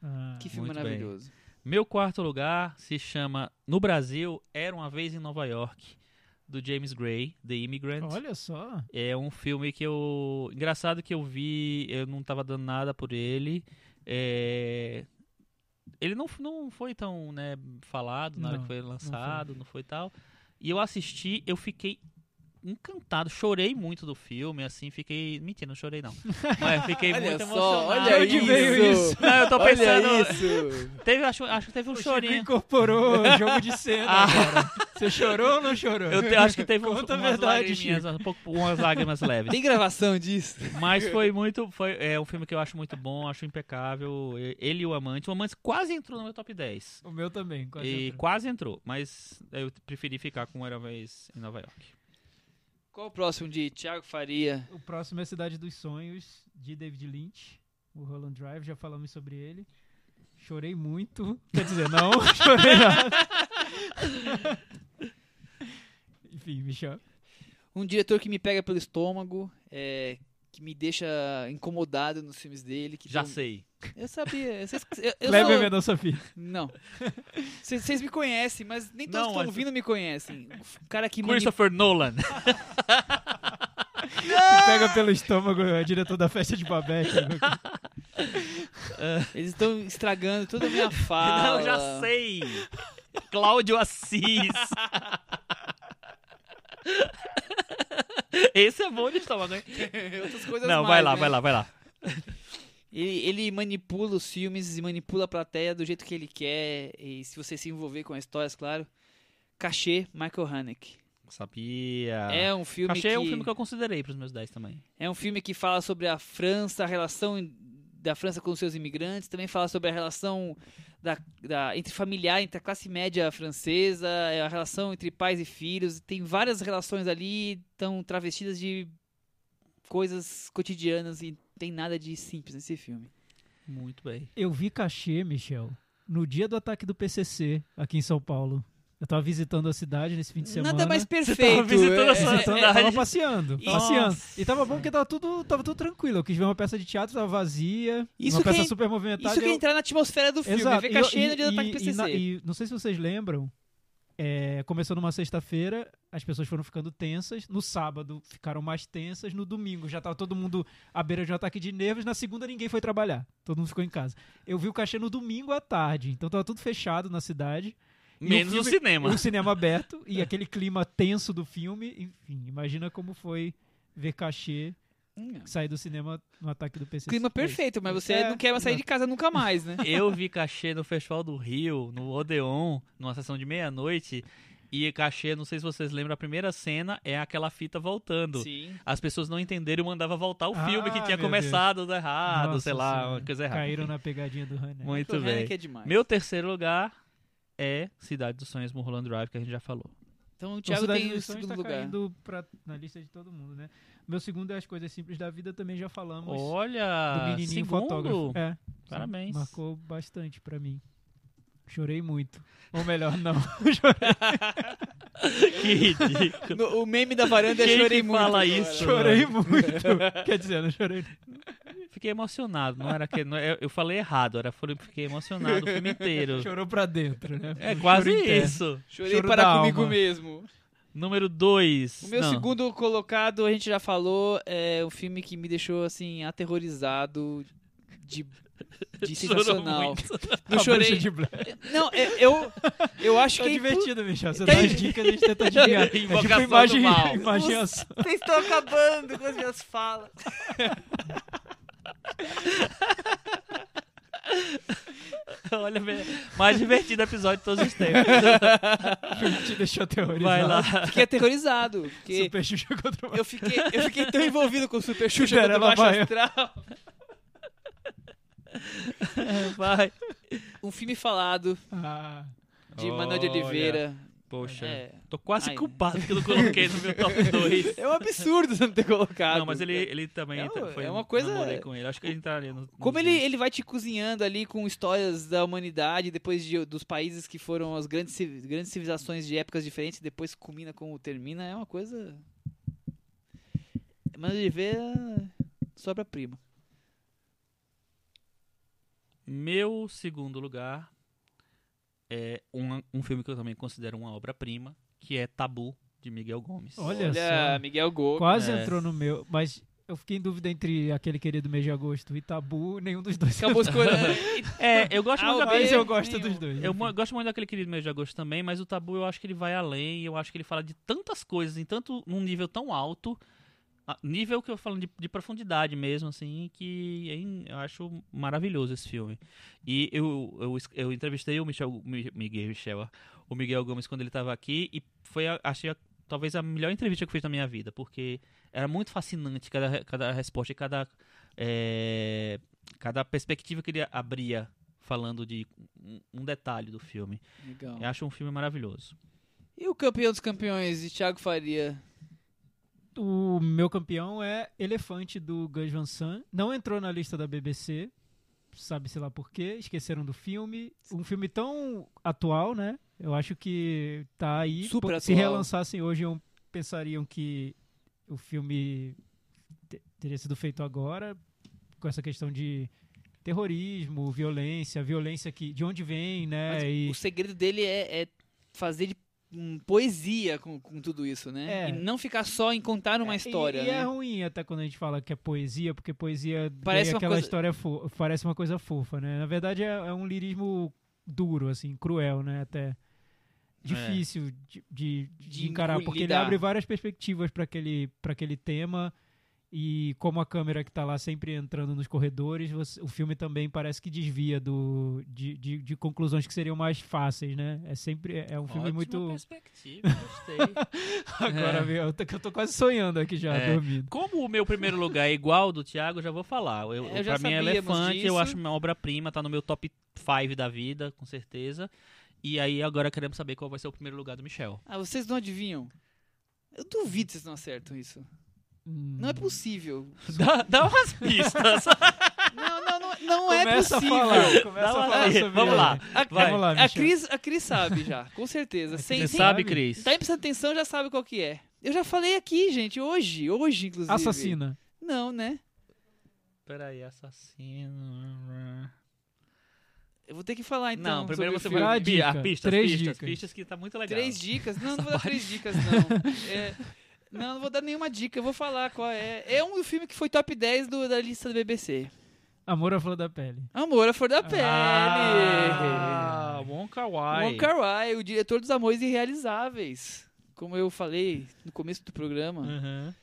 Ah,
Que filme
Muito bem.
maravilhoso.
Meu quarto lugar se chama No Brasil, Era Uma Vez em Nova York, do James Gray, The Immigrant.
Olha só.
É um filme que eu. Engraçado que eu vi, eu não tava dando nada por ele. É, Ele não, não foi tão né, falado na hora
Não,
que foi
não foi.
lançado, não foi. tal. E eu assisti, eu fiquei encantado, chorei muito do filme, assim, fiquei. Mentira, não chorei não. Mas fiquei
Olha
muito
só,
emocionado.
olha
De onde veio isso?
Não, eu tô pensando.
isso.
Teve, acho, acho que teve um
O Chico
chorinho.
incorporou o jogo de cena.
Ah.
cara. Você chorou ou não chorou?
Eu te- acho que teve uns-
Conta a
umas,
verdade,
lagriminhas, um pouco- umas lágrimas leves.
Tem gravação então. disso?
Mas foi muito. Foi, é um filme que eu acho muito bom, acho impecável. E- Ele e o Amante. O Amante quase entrou no meu top 10.
O meu também. quase
e
entrou.
quase entrou, mas eu preferi ficar com Era Uma Vez em Nova York.
Qual o próximo de Thiago Faria?
O próximo é Cidade dos Sonhos, de David Lynch. O Roland Drive, já falamos sobre ele. Chorei muito. Quer dizer, não, chorei nada. Enfim, Michel.
Um diretor que me pega pelo estômago, é, que me deixa incomodado nos filmes dele. Que
Já
tem- um
sei.
Eu sabia. Vocês, eu, eu
Kleber
sou-
Mendonça Filho.
Não. Vocês vocês me conhecem, mas nem todos
Não,
que estão
mas-
ouvindo me conhecem. O cara que mani-
Christopher Nolan. Ah!
Que pega pelo estômago é diretor da festa de Babette. né?
Eles estão estragando toda a minha fala.
Não, já sei. Cláudio Assis. Esse é bom de estômago, hein?
Outras coisas
Não,
mais,
vai lá,
né?
vai lá, vai lá.
Ele, ele manipula os filmes e manipula a plateia do jeito que ele quer. E se você se envolver com as histórias, claro. Cachê, Michael Haneke.
Sabia.
É um filme
Achei
que...
Ah. um filme que eu considerei pros meus 10 também.
É um filme que fala sobre a França, a relação em- da França com os seus imigrantes, também fala sobre a relação da, da- entre familiar, entre a classe média francesa, é a relação entre pais e filhos. Tem várias relações ali, estão travestidas de coisas cotidianas e tem nada de simples nesse filme.
Muito bem.
Eu vi cachê, Michel, no dia do ataque do PCC, aqui em São Paulo. Eu tava visitando a cidade nesse fim de semana.
Nada mais
Você tava
perfeito.
visitando
é,
a sua
Visitando,
é,
eu tava
cidade.
passeando,
Nossa.
passeando. E tava bom porque tava tudo, tava tudo tranquilo. Eu quis ver uma peça de teatro, tava vazia.
Isso
uma
que
peça
é-
super movimentada.
Isso que é
eu-
entrar na atmosfera do filme,
Exato.
ver
E eu-
cachê no
e-
dia do ataque
e- e na-
PCC.
e não sei se vocês lembram, é, começou numa sexta-feira, as pessoas foram ficando tensas. No sábado ficaram mais tensas. No domingo já tava todo mundo à beira de um ataque de nervos. Na segunda ninguém foi trabalhar. Todo mundo ficou em casa. Eu vi o cachê no domingo à tarde. Então tava tudo fechado na cidade. E o
Menos no
filme-
cinema.
um cinema aberto e aquele clima tenso do filme. Enfim, imagina como foi ver cachê
Hum,
sair do cinema no ataque do PC.
Clima perfeito, mas você
É,
não quer mais sair de casa nunca mais, né?
Eu vi cachê no Festival do Rio, no Odeon, numa sessão de meia-noite. E cachê, não sei se vocês lembram, a primeira cena é aquela fita voltando.
Sim.
As pessoas não entenderam e mandava voltar o
Ah,
filme que tinha
meu
começado errado, sei lá, uma coisa errada.
Caíram na pegadinha do Hané.
Muito
Aquilo
bem.
que é demais.
Meu terceiro lugar é Cidade dos Sonhos, Mulholland Drive, que a gente já falou.
Então o
Então,
Thiago
Cidade
tem
dos
o
Sonhos
segundo
tá
lugar.
caindo pra- na lista de todo mundo, né? Meu segundo é As Coisas Simples da Vida, também já falamos. do
Olha,
menininho
segundo.
fotógrafo. É,
Parabéns.
marcou bastante pra mim. Chorei muito. Ou melhor, não. Chorei,
Que ridículo.
No- o meme da varanda é
Quem que
chorei muito.
fala
agora.
isso?
chorei muito. Quer dizer, eu não chorei.
Fiquei emocionado, não era que não- eu, eu falei errado, era falei- fiquei emocionado o filme inteiro.
Chorou pra dentro, né?
É quase
Choro interno.
isso.
Chorei
Choro
para
da
comigo
alma.
mesmo.
Número 2.
O meu segundo colocado, a gente já falou, é um filme que me deixou assim aterrorizado de, de sensacional. Não
A
chorei.
Bruxa de Blair.
Não, é- eu, eu acho
Tá
que é impo-
divertido, Michel. Você
Tem-
dá as dicas, a gente tenta adivinhar. É
Invocação
tipo
do
imagem,
mal.
imagem ação.
Vocês estão acabando com as minhas falas.
Olha, me- mais divertido episódio de todos os tempos.
Te deixou aterrorizado.
Vai lá.
Fiquei aterrorizado. Porque
Super Xuxa contra o
eu, fiquei, eu fiquei tão envolvido com o Super Xuxa quanto o
Cinderela
Baixo
Baiana.
Astral.
Vai.
Um filme falado
Ah,
de Manuel de
Olha,
Oliveira.
Poxa.
É,
Tô quase
Ai.
culpado que eu não coloquei no meu top 2.
é um absurdo você não ter colocado.
Não, mas ele, ele também
É,
tá- foi.
é uma coisa-
namorei com ele. Acho que ele tá ali no.
Como
nos
ele,
vídeos.
ele vai te cozinhando ali com histórias da humanidade, depois de- dos países que foram as grandes, civi- grandes civilizações de épocas diferentes, e depois culmina com o termina, é uma coisa. Mas de ver sobra prima.
Meu segundo lugar é um, um filme que eu também considero uma obra-prima, que é Tabu, de Miguel Gomes.
olha, só.
Miguel Gomes.
Quase
É.
entrou no meu, mas eu fiquei em dúvida entre aquele querido mês de agosto e Tabu, nenhum dos dois.
Acabou escolhendo.
É, eu gosto
Ah,
muito
o
daquele.
mas
Tabu.
eu gosto
Nenhum.
dos dois.
Eu mo- gosto muito daquele querido meu de agosto também, mas o Tabu eu acho que ele vai além, eu acho que ele fala de tantas coisas, em tanto num nível tão alto, a- nível que eu falo de, de profundidade mesmo, assim, que é in- eu acho maravilhoso esse filme. E eu, eu, es- eu entrevistei o Michel, Mi- Miguel, Michel, ó, o Miguel Gomes quando ele estava aqui e foi, a- achei a- talvez a melhor entrevista que eu fiz na minha vida, porque era muito fascinante cada, re- cada resposta e cada, eh, cada perspectiva que ele abria falando de um- um detalhe do filme.
Legal.
É
Eu acho um filme maravilhoso.
E o campeão dos campeões de Thiago Faria?
O meu campeão é Elefante do Gus Van Sant. Não entrou na lista da BBC, sabe-se lá por quê. Esqueceram do filme. Um filme tão atual, né? Eu acho que tá aí.
Super
Se
atual.
relançassem hoje, eu- pensariam que o filme te- teria sido feito agora, com essa questão de terrorismo, violência, violência que de onde vem, né?
Mas
E-
O segredo dele é, é fazer de- hum, poesia com, com tudo isso, né?
É.
E não ficar só em contar uma
É,
história.
E, e
né?
é ruim até quando a gente fala que é poesia, porque poesia
Parece
parece
uma
aquela
coisa-
história fo- parece uma coisa fofa, né? Na verdade é, é um lirismo duro, assim, cruel, né? Até difícil de, de- de
É. De
encarar, porque ele
lidar.
abre várias perspectivas para aquele para aquele tema e como a câmera que tá lá sempre entrando nos corredores, você- o filme também parece que desvia do, de, de, de conclusões que seriam mais fáceis, né? É sempre é um filme muito
perspectiva, gostei.
É.
agora viu, eu tô, eu tô quase sonhando aqui já
É.
dormindo.
Como o meu primeiro lugar é igual ao do Thiago, eu já vou falar. Eu,
É, eu já
pra mim é
sabíamos
Elefante,
disso.
eu acho uma obra-prima, tá no meu top 5 da vida, com certeza. E aí agora queremos saber qual vai ser o primeiro lugar do Michel.
Ah, vocês não adivinham? Eu duvido que vocês não acertam isso. Não é possível.
Dá, dá umas pistas.
Não, não, não não, não é
Começa a
possível.
falar. Começa
Dá
a
uma-
falar sobre
Vamos lá.
A,
Vai.
Vamos lá,
a
Michel. É,
Cris, a Cris sabe já, com certeza. Sem,
Você
sem,
sabe,
sabe?
Cris?
Tá aí prestando atenção, já sabe qual que é. Eu já falei aqui, gente, hoje, hoje, inclusive.
Assassina.
Não, né?
Peraí, assassino.
Eu vou ter que falar então.
não, primeiro
sobre
você
o filme.
Dá
vai.
a
Bi, ah,
dica.
Pistas,
Três
pistas,
dicas.
pistas que tá muito legal.
Três dicas? Não, não vou dar três dicas, não. É, não, não vou dar nenhuma dica, eu vou falar qual é. É um filme que foi top 10 do- da lista do BBC.
Amor à flor da pele.
Amor à Flor da Pele.
Ah, Wonka Wai.
Wong Kar-wai, o diretor dos Amores Irrealizáveis. Como eu falei no começo do programa,
Uhum.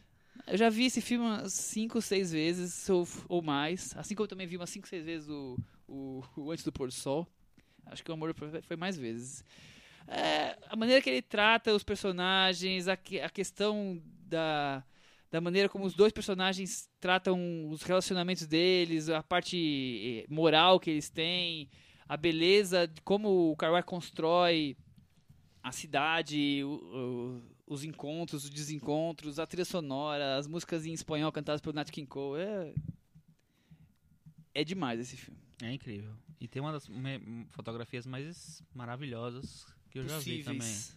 eu já vi esse filme umas 5, 6 vezes ou, ou mais. Assim como eu também vi umas 5, 6 vezes o, o, o Antes do Pôr do Sol. Acho que o Amor foi mais vezes. É, a maneira que ele trata os personagens, a, que- a questão da, da maneira como os dois personagens tratam os relacionamentos deles, a parte eh, moral que eles têm, a beleza de como o Carwai constrói a cidade, o- o- os encontros, os desencontros, a trilha sonora, as músicas em espanhol cantadas pelo Nat King Cole. É, é demais esse filme.
É incrível. E tem uma das me- fotografias mais maravilhosas que eu já vi também.
Possíveis.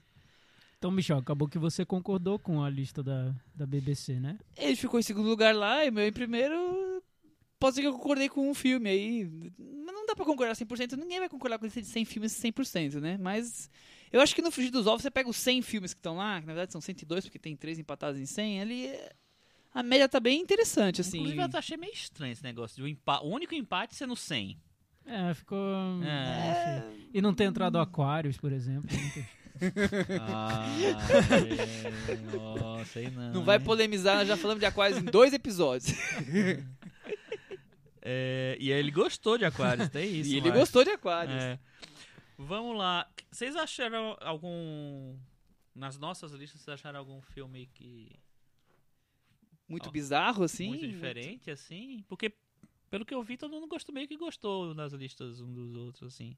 Então, Michel, acabou que você concordou com a lista da, da BBC, né?
Ele ficou em segundo lugar lá e meu em primeiro. Pode ser que eu concordei com um filme aí. Mas não dá pra concordar 100%. Ninguém vai concordar com esse de 100 filmes 100%, né? Mas eu acho que no Frigir dos Ovos você pega os 100 filmes que estão lá, que na verdade são 102, porque tem três empatados em 100. Ali é- a média tá bem interessante, assim.
Inclusive, eu achei meio estranho esse negócio de o, empa- o único empate sendo 100.
É, ficou.
É.
É, enfim. E não ter entrado Aquários, por exemplo.
Ah, é, ó, sei não.
Não vai
hein?
polemizar, nós já falamos de Aquários em dois episódios.
É, e aí ele gostou de Aquarius, tem isso.
e ele
mas-
gostou de Aquários.
É. Vamos lá. Vocês acharam algum. Nas nossas listas, vocês acharam algum filme que.
Muito
Ó,
bizarro, assim.
muito diferente, assim? Porque, pelo que eu vi, todo mundo gostou, meio que gostou nas listas um dos outros, assim.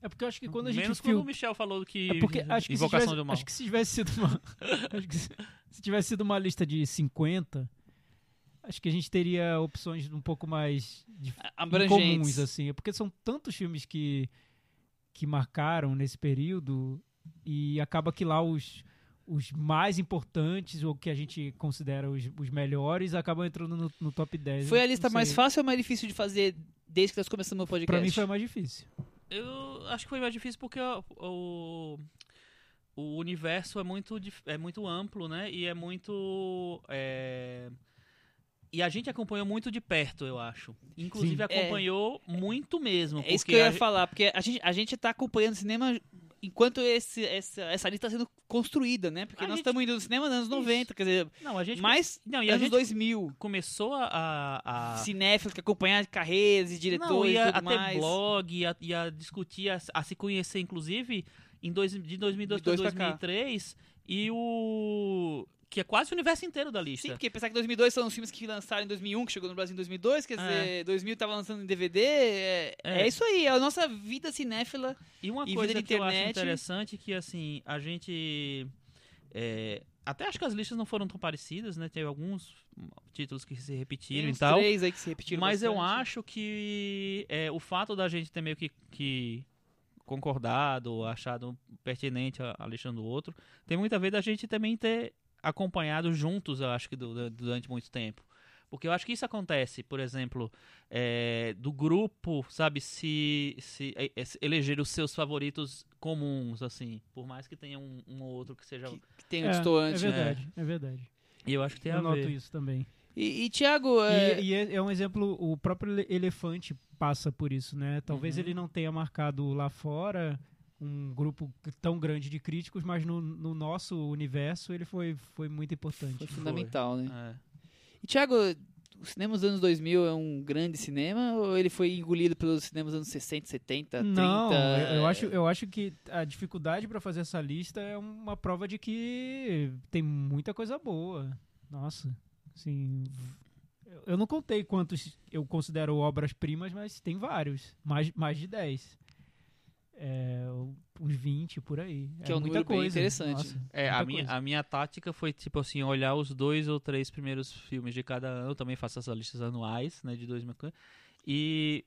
É porque eu acho que quando a gente
Menos
fil-
quando o Michel falou que.
É porque acho que, se
Invocação
tivesse,
do Mal.
acho que se tivesse sido uma. acho que se, se tivesse sido uma lista de 50, acho que a gente teria opções um pouco mais dif- comuns,
Abrangentes.
assim. É porque são tantos filmes que, que marcaram nesse período e acaba que lá os, os mais importantes, ou que a gente considera os, os melhores, acabam entrando no, no top 10.
Foi
Eu
a
não
lista
sei.
mais fácil ou mais difícil de fazer desde que nós começamos o podcast?
Pra mim foi a mais difícil.
Eu acho que foi mais difícil porque o, o, o universo é muito, dif- é muito amplo, né? E é muito. é, E a gente acompanhou muito de perto, eu acho. Inclusive
Sim.
acompanhou muito mesmo.
É isso que
porque
eu ia
a ge-
falar, porque a gente, a gente tá acompanhando cinema enquanto esse, essa, essa lista está sendo construída, né? Porque
A
nós
gente-
estamos indo no cinema nos anos
Isso.
90, quer dizer,
Não, a gente.
mais
Não, e a
anos
gente
2000.
começou a. a, a...
Cinéfilos que acompanharam carreiras e diretores
Não, e a,
e tudo
a ter
mais.
blog, e a, e a discutir, a, a se conhecer, inclusive, em dois, de 2002
De
para
dois pra cá.
2003. E o. Que é quase o universo inteiro da lista.
Sim, porque pensar que 2002 são os filmes que lançaram em 2001, que chegou no Brasil em 2002, quer dizer, 2000 tava lançando em DVD, é,
É.
é isso aí, é a nossa vida cinéfila.
E uma
E
coisa
vida na
que eu acho
internet.
interessante que, assim, a gente... é, até acho que as listas não foram tão parecidas, né? Teve alguns títulos que se repetiram
Tem
e
uns
tal.
três aí que se repetiram
Mas eu
bastante.
acho que é, o fato da gente ter meio que, que concordado, achado pertinente a, a lista um do outro, tem muito a ver da gente também ter acompanhado juntos, eu acho que du- du- durante muito tempo. Porque eu acho que isso acontece, por exemplo, é, do grupo, sabe, se, se, é, é, se eleger os seus favoritos comuns, assim, por mais que tenha um, um ou outro que seja.
Que- que tem um
é, é
distoante. né?
verdade, é verdade.
E eu acho que tem a
Eu noto
ver.
isso também.
E, e Thiago, é,
E, e é, é um exemplo, o próprio ele- elefante passa por isso, né? Talvez
Uhum.
ele não tenha marcado lá fora um grupo c- tão grande de críticos, mas no, no nosso universo ele foi, foi Ah. muito importante.
foi fundamental, né?
É.
E Thiago, o cinema dos anos 2000 é um grande cinema ou ele foi engolido pelos cinemas dos anos 60, 70, 30?
Não, eu,
é.
eu acho, eu acho que a dificuldade para fazer essa lista é uma prova de que tem muita coisa boa. Nossa, assim, eu- eu não contei quantos eu considero obras-primas, mas tem vários, mais, mais de 10. É, uns 20 por aí.
Que é um
muita
número bem
coisa.
interessante.
Nossa,
É, a
muita
minha,
coisa.
a minha tática foi, tipo assim, olhar os dois ou três primeiros filmes de cada ano. Eu também faço essas listas anuais, né, de 2000. E.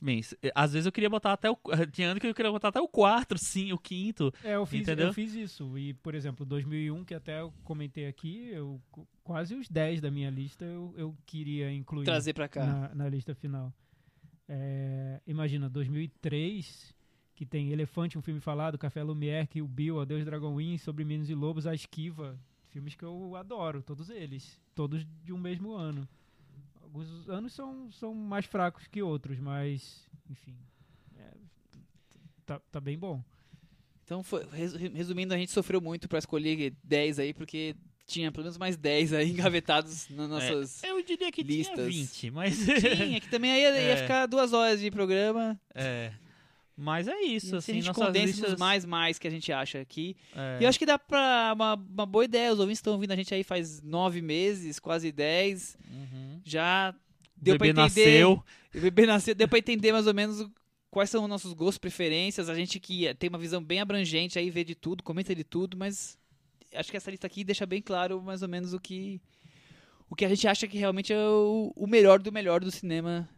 Bem, s- é, às vezes eu queria botar até o. Tinha ano que eu queria botar até o 4, sim, o quinto.
É, eu fiz,
Entendeu?
eu fiz isso. E, por exemplo, 2001, que até eu comentei aqui, eu, qu- quase os 10 da minha lista eu, eu queria incluir
Trazer pra cá.
na, na lista final. É, imagina, 2003, que tem Elefante, um filme falado, Café Lumière, que o Bill, Adeus Dragonwing, Sobre Meninos e Lobos, A Esquiva. Filmes que eu adoro, todos eles. Todos de um mesmo ano. Alguns anos são, são mais fracos que outros, mas, enfim. é, tá, tá bem bom.
Então, foi- resu- resumindo, a gente sofreu muito pra escolher 10 aí, porque tinha pelo menos mais 10 aí engavetados nas
É,
nossas.
eu diria que
listas.
tinha 20, mas.
Sim, é que também aí ia, ia
É.
ficar duas horas de programa.
é. Mas é
E
isso,
assim,
assim,
a gente
nossas
condensa
listas-
nos mais mais que a gente acha aqui.
É.
E eu acho que dá pra uma, uma boa ideia. Os ouvintes estão ouvindo a gente aí faz nove meses, quase dez.
Uhum.
Já deu
o bebê
pra entender.
nasceu.
O bebê nasceu, deu pra entender mais ou menos o- quais são os nossos gostos, preferências. A gente que é, tem uma visão bem abrangente aí, vê de tudo, comenta de tudo, mas acho que essa lista aqui deixa bem claro mais ou menos o que. O que a gente acha que realmente é o, o melhor do melhor do cinema.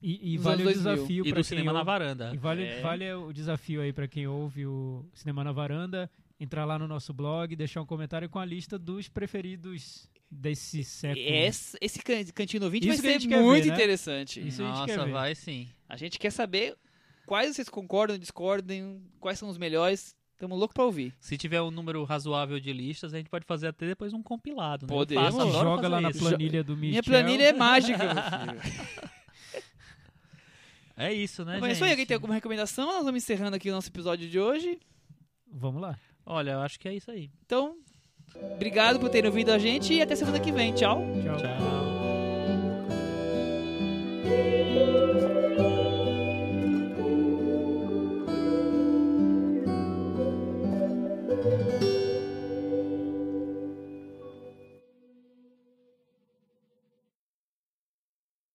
E, e
Nos
vale o
anos 2000.
desafio
E
para
do
quem
cinema na
ouve-
varanda.
E vale,
É.
vale o desafio aí para quem ouve o Cinema na Varanda, entrar lá no nosso blog, deixar um comentário com a lista dos preferidos desse século.
Esse, esse can- cantinho ouvinte
É Isso que a
vai
gente
ser
quer
muito
ver, né?
interessante.
Isso a gente quer
Nossa,
ver.
vai sim.
A gente quer saber quais vocês concordam, discordam, quais são os melhores. Estamos loucos pra ouvir.
Se tiver um número razoável de listas, a gente pode fazer até depois um compilado. Né? Eu
Podemos.
faço, adoro
Joga
fazer
lá na
isso.
planilha do Michel.
Minha planilha é mágica, meu filho.
É isso, né,
Mas
gente?
isso aí, alguém tem alguma recomendação? Nós vamos encerrando aqui o nosso episódio de hoje.
Vamos lá.
Olha, eu acho que é isso aí.
Então, obrigado por terem ouvido a gente e até semana que vem. Tchau.
Tchau.
Tchau.